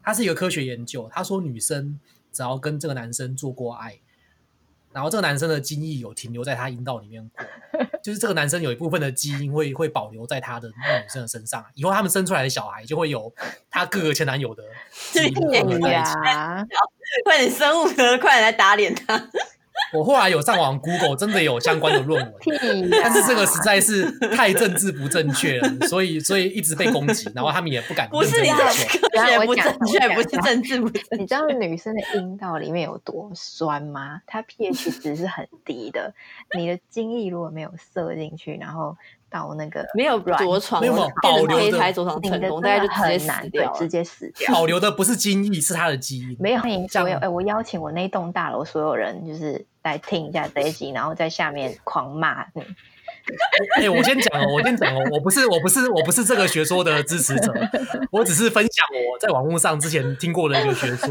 A: 他是一个科学研究，他说女生只要跟这个男生做过爱，然后这个男生的精液有停留在他阴道里面过，就是这个男生有一部分的基因会会保留在他的那个女生的身上，啊以后他们生出来的小孩就会有他各个前男友的基因混合在一起。
D: 呀，
C: 快点生物的，快点来打脸他！
A: 我后来有上网 Google，真的有相关的论文。
D: 屁呀！
A: [LAUGHS] 但是这个实在是太政治不正确了，所以所以一直被攻击，然后他们也不敢
C: [LAUGHS] 不是
A: 认
C: 你
A: 真
C: 这
A: 地求
C: 个科学不正确，
D: 我讲
C: 不是政治不正
D: [LAUGHS] 你知道女生的阴道里面有多酸吗？它
C: [LAUGHS]
D: pH 值是很低的，你的精液如果没有射进去，然后到那个
C: 没有着床，
A: 没有保留的
C: 胚胎着床
D: 你
C: 成
D: 的
C: 功，
D: 真
C: 大概就
D: 的很
C: 直接死
D: 难
C: 掉
D: 对
C: 了
D: 直接死掉。
A: 保留的不是精益，是他的基因。
D: 没有欢迎
A: 这
D: 所有，
A: 样
D: 哎、我邀请我那栋大楼所有人，就是来听一下这一集，然后在下面狂骂嗯你。
A: 哎、我先讲哦，我先讲哦，我不是我不是我不是这个学说的支持者，我只是分享我在网络上之前听过的一个学说，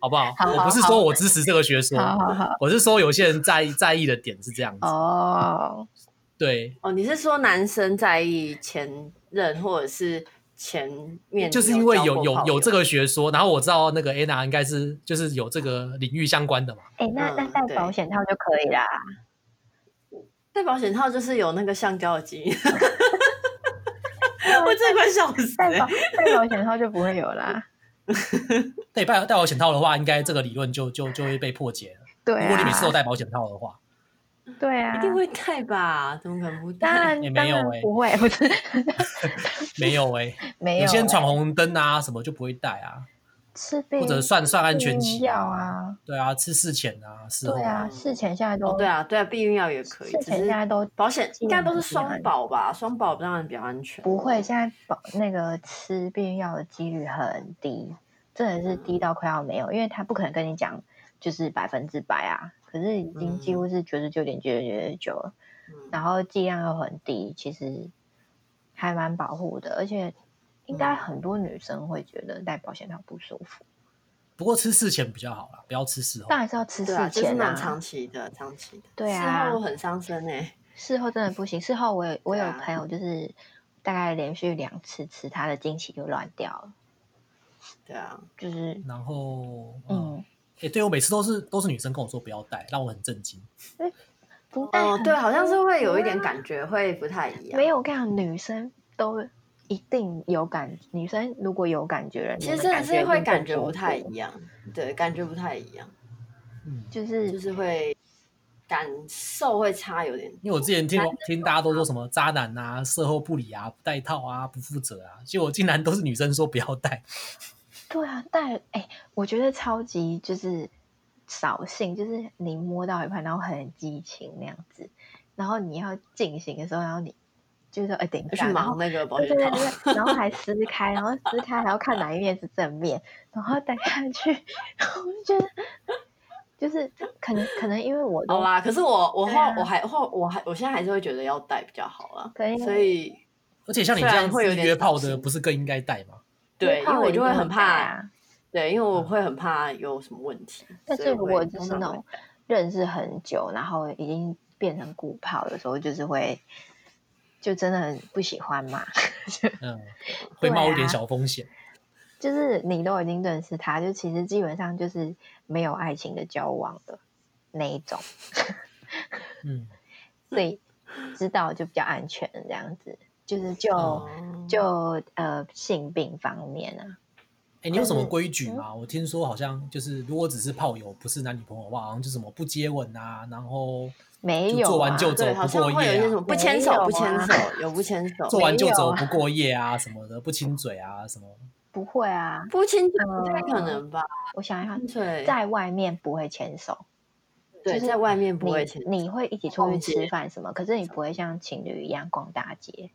A: 好不好？
D: 好好
A: 我不是说我支持这个学说，
D: 好好好，
A: 我是说有些人在意在意的点是这样子，
D: 哦，
A: 对，
C: 哦，你是说男生在意前任或者是前面
A: 就是因为
C: 交
A: 有
C: 过
A: 有
C: 炮
A: 有
C: 友
A: 这个学说，然后我知道那个 Anna 应该是就是有这个领域相关的嘛，
D: 哎、那那
C: 嗯
D: 戴
C: 对
D: 保险套就可以啦。
C: 戴保险套就是有那个橡胶的基因， [LAUGHS] 我这快笑死、
D: 戴
C: 欸
D: 保。戴保险套就不会有
C: [LAUGHS]
D: 啦。
A: 对，戴戴保险套的话，应该这个理论就就就会被破解了。
D: 对
A: 如果你每次都
D: 啊，
A: 戴保险套的话，
D: 对啊，
C: 一定会戴吧？怎么可
A: [LAUGHS]
C: 能不戴？
D: 当然，
A: 也
D: 当
A: 没有
D: 然
A: 欸
D: 不会，
A: [LAUGHS]
D: 不是
A: 没有哎、
D: 没有。欸
A: 有些人闯红灯啊什么就不会戴啊，
D: 吃避
A: 或者算算安全期
D: 药，啊，
A: 对啊，吃事前啊，事后
D: 对啊，事前现在都、
C: [LAUGHS] 哦，对啊，对啊，避孕药也可以，
D: 事
C: 只
D: 前现在
C: 是
D: 都
C: 保险应该都是
D: 尽量
C: 双保吧？双保当然比较安全。
D: 不会，现在保那个吃避孕药的几率很低，真的是低到快要没有，因为他不可能跟你讲就是百分之百啊，可是已经
A: 嗯
D: 几乎是九十九点九九九九了，
C: 嗯，
D: 然后剂量又很低，其实还蛮保护的，而且应该
C: 嗯
D: 很多女生会觉得戴保险套不舒
A: 哦
D: 服，
A: 不过吃事前比较好啦，不要吃事后
D: 当。然是要吃事
C: 对啊，就是
D: 前
C: 那
D: 啊
C: 种，长期的，长期的。
D: 对
C: 事
D: 啊
C: 后，很伤身哎。
D: 事后真的不行，事后我有我有
C: 对啊
D: 朋友就是大概连续两次吃，她的经期就乱掉了，
C: 对啊，
D: 就是
A: 然后，嗯，
D: 嗯。
A: 哎、对我每次都是都是女生跟我说不要戴，让我很震惊。
D: 不戴
C: 哦，
D: 很
C: 对，好像是会有一点
D: 多啊
C: 感觉会不太一样。
D: 没有，我跟你讲，女生都一定有感，女生如果有感觉的人，
C: 其实真的是会感觉不太
D: 样，
C: 一样，对，感觉不太一样，
A: 嗯，
D: 就是
C: 就是会感受会差有点。
A: 因为我之前听听大家都说什么渣男啊、事后不理啊、不戴套啊、不负责啊，结果竟然都是女生说不要戴。
D: 对啊，戴哎、我觉得超级就是扫兴，就是你摸到一半，然后很激情那样子，然后你要进行的时候，然后你就是说哎、等一
C: 要去
D: 下，然后
C: 忙那个保
D: 对
C: 险
D: 对对
C: 套，
D: 对，然后还撕开，然后撕开还要看哪一面是正面，然后戴下去，然后我就觉得就是可能可能因为我
C: 好
D: 都
C: 啦。可是我我
D: 哦
C: 后
D: 对啊
C: 我还后我还我现在还是会觉得要戴比较好啦。
D: 可以
C: 所以
A: 而且像你这样
C: 虽然会有
A: 是
C: 点
A: 约炮
C: 扫
A: 的，
C: 兴
A: 不是更应该戴吗？
C: 对，因为我就会
D: 很
C: 很怕，对，因为我会很怕有什么问题。
D: 啊嗯但
C: 所
D: 是
C: 以
D: 如
C: 会
D: 果就
C: 通
D: 是
C: 常
D: 那
C: 会
D: 种认识很久，然后已经变成鼓泡，有时候就是会就真的很不喜欢嘛。
A: 嗯，会冒一
D: 啊
A: 点小风险。
D: 就是你都已经认识他，就其实基本上就是没有爱情的交往的那一种，
A: 嗯，
D: 所以知道就比较安全这样子。就是就、
A: 哦
D: 就呃性病方面啊，
A: 哎，你有什么
D: 但是
A: 规矩吗？我听说好像就是，如果只是炮友，不是男女朋友的话，好像就什么不接吻啊，然后
D: 没
A: 就
D: 有
A: 做完
D: 啊
A: 就走
C: 对，好
A: 不
C: 像
A: 过
C: 会有一
A: 夜
C: 些
A: 啊
C: 什么不
D: 没
C: 牵手、
D: 有
C: 不牵
D: 啊
C: 手，有不牵手，
A: 做完就走
D: 没有啊
A: 不过夜啊什么的，不亲嘴啊什么。
D: 不会啊，
C: 不牵手不太可能吧？
D: 我想想，
C: 对，
D: 嗯在外面不会牵手，
C: 对
D: 就是
C: 在外面不会牵
D: 你
C: 手，
D: 你会一起出去
C: 逛街
D: 吃饭什么，可是你不会像情侣一样逛大街，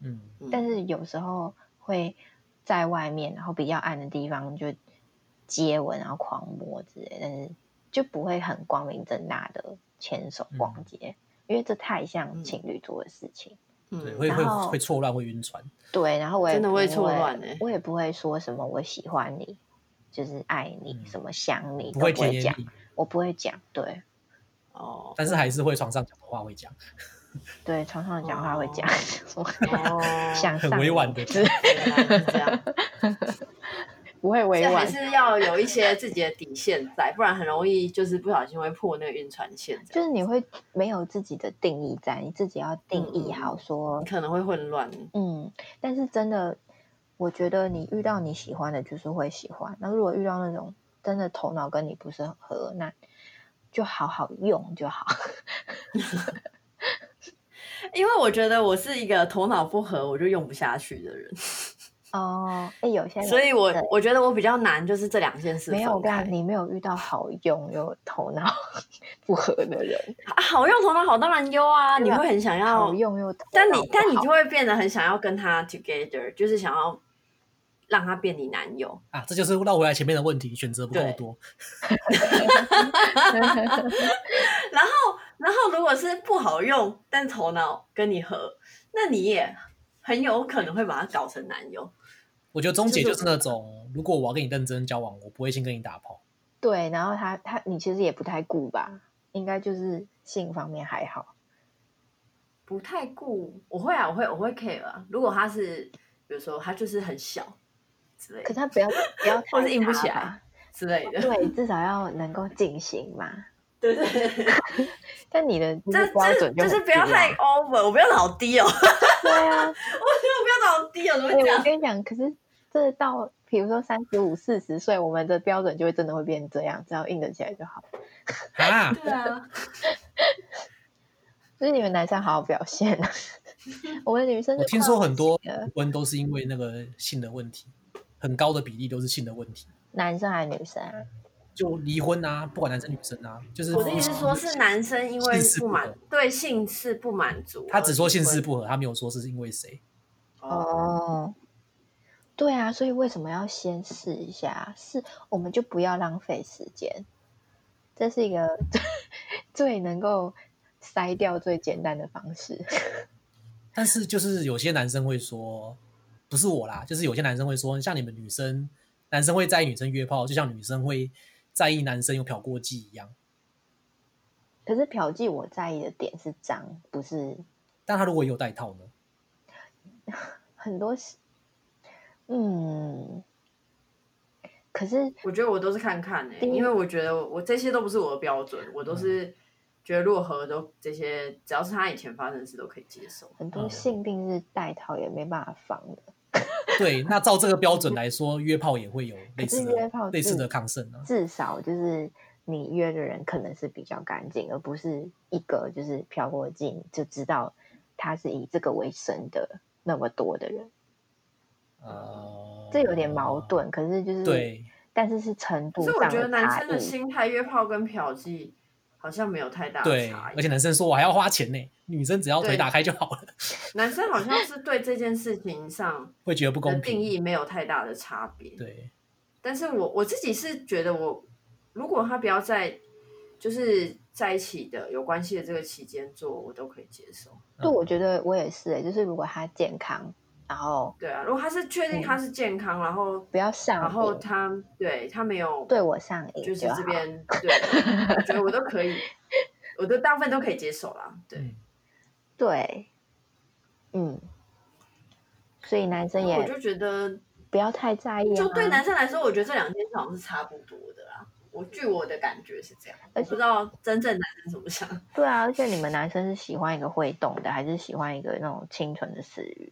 A: 嗯，
C: 嗯
D: 但是有时候会在外面，然后比较暗的地方就接吻，然后狂摸之类，但是就不会很光明正大的牵手
A: 嗯
D: 逛街，因为这太像情侣做的事情。
A: 对，
C: 嗯
A: 会会
D: 然后
A: 会错乱，会晕船。
D: 对，然后我也
C: 真的
D: 不
C: 会
D: 会
C: 错乱欸
D: 我也不会说什么我喜欢你，就是爱你，
A: 嗯
D: 什么想你
A: 不
D: 都
A: 会
D: 不
A: 甜
D: 会
A: 言
D: 讲，
A: 蜜语，
D: 我不会讲，对。
C: 哦
A: 但是还是会床上讲的话会
D: [LAUGHS]
A: 讲，
D: 对，床上讲话会讲、什么
C: [LAUGHS] 哦，
D: 想
A: 很
D: 上
A: 委
D: 你
A: 婉地
D: 之
C: 原来是这样。
D: 不会 [LAUGHS] 委
C: 所以还
D: 婉。
C: 是要有一些自己的底线在，不然很容易就是不小心会破那个晕船线这样，
D: 就是你会没有自己的定义在，你自己要
C: 嗯
D: 定义好说
C: 你，可能会混乱。
D: 嗯但是真的，我觉得你遇到你喜欢的，就是会喜欢。那如果遇到那种真的头脑跟你不是很合，那就好好用就好。 [LAUGHS]
C: 因为我觉得我是一个头脑不合我就用不下去的人，
D: 哦，哎，有些人
C: 所以我
D: 对
C: 我觉得我比较难，就是这两件事
D: 没有，我
C: 分
D: 跟你
C: 开
D: 讲你没有遇到好用又头脑 [LAUGHS] 不合的
C: [LAUGHS]
D: 人，
C: 啊，好用头脑好当然优啊，
D: 对
C: 你
D: 吧
C: 会很想要
D: 好，用又头
C: 但
D: 脑
C: 你
D: 不
C: 但你
D: 好
C: 就会变得很想要跟他 together，就是想要让他变你男友。
A: 啊，这就是绕回来前面的问题，选择不够
C: 对
A: 多。
C: 然后，然后如果是不好用，但头脑跟你合，那你也很有可能会把他搞成男友。
A: 我觉得钟姐
C: 就
A: 就是是那种，如果我要跟你认真交往，我不会先跟你打
D: [LAUGHS]
A: 炮。
D: 对，然后他他你其实也不太顾
C: 嗯
D: 吧，应该就是性方面还好。
C: 不太顾，我会啊，我会，我会 care 啊。如果他是，比如说他就是很小之类
D: 可
C: 的
D: 他不要不要
C: [LAUGHS] 或是硬不
D: 太
C: 起
D: 差
C: 来
D: 吧，
C: 之类的，
D: 对，至少要能够进行嘛。
C: 对对对，
D: 但你的就
C: 这
D: 是标
C: 这
D: 准
C: 就是
D: 很
C: 不要
D: 低
C: 太
D: 啊
C: over，我不要老低哦，我觉 [LAUGHS] 得
D: 对
C: [LAUGHS]
D: 啊。
C: 我不要老低哦，怎么
D: 哎
C: 会这
D: 我
C: 样？
D: 跟你讲，可是这到比如说三十五、四十岁，我们的标准就会真的会变这样，只要硬得起来就好。
A: 啊，
C: 对啊，
D: 就是你们男生好好表现啊， [LAUGHS] 我们女生就
A: 我听
D: 靠
A: 说很多
D: 自己的
A: 离婚都是因为那个性的问题，很高的比例都是性的问题。
D: 男生还是女生啊，
A: 就离婚啊，不管男生女生啊，就是
C: 我的意思是说，是男生因为
A: 性事
C: 不
A: 不
C: 满
A: 合
C: 对性事不满足，
A: 他只说性事不合，他没有说是因为谁。
C: 哦，
D: 哦，对啊，所以为什么要先试一下？是我们就不要浪费时间，这是一个 [LAUGHS] 最能够筛掉最简单的方式。
A: 但是就是有些男生会说，不是我啦，就是有些男生会说，像你们女生，男生会在意女生约炮，就像女生会在意男生有嫖过妓一样。
D: 可是嫖妓我在意的点是脏，不是
A: 但他如果有戴套呢？
D: 很多是，嗯，可是
C: 我觉得我都是看看诶、
D: 第一
C: 因为我觉得我这些都不是我的标准，我
A: 嗯
C: 都是觉得如果合都这些，只要是他以前发生的事都可以接受。
D: 很多
A: 嗯
D: 性病是带套也没办法防的，
A: 对，那照这个标准来说，约炮也会有类似
D: 可是约炮
A: 的类似
D: 是
A: 的抗胜啊。
D: 至少就是你约的人可能是比较干净，而不是一个就是漂过境就知道他是以这个为生的那么多的人，
A: 呃，
D: 这有点矛。盾。可是就是，
A: 对，嗯
D: 但是是程度
C: 所以
D: 上
C: 我觉得男
D: 差
C: 生的
D: 异。
C: 心态，约炮跟嫖妓好像没有太大的
A: 对，
C: 差
A: 而且
C: 异。
A: 男生说我还要花钱呢，女生只要腿
C: 对
A: 打开就好了，
C: 男生好像是对这件事情上
A: 会觉得不
C: 的
A: 公
C: 定
A: 平。
C: 义没有太大的差别。
A: 对，
C: 但是我我自己是觉得我，如果他不要在就是在一起的有关系的这个期间做，我都可以接受。
A: 嗯
D: 对，我觉得我也是、欸，就是如果他健康，然后
C: 对啊，如果他是确定他是健康，然后
D: 不要上瘾，
C: 然后他对他没有
D: 嗯对我上瘾
C: 就是
D: 好 [LAUGHS]
C: 这边对，我觉得我都可以。我觉得大部分都可以接受啦。对，
A: 嗯
D: 对，嗯，所以男生
C: 我
D: 也
C: 就觉得，
D: 不要太在意、啊，
C: 就对男生来说，我觉得这两件事好像是差不多的啦。我据我的感觉是这样，我
D: 而
C: 不知道真正男生怎么想。
D: 对啊，而且你们男生是喜欢一个会动的，还是喜欢一个那种清纯的死鱼？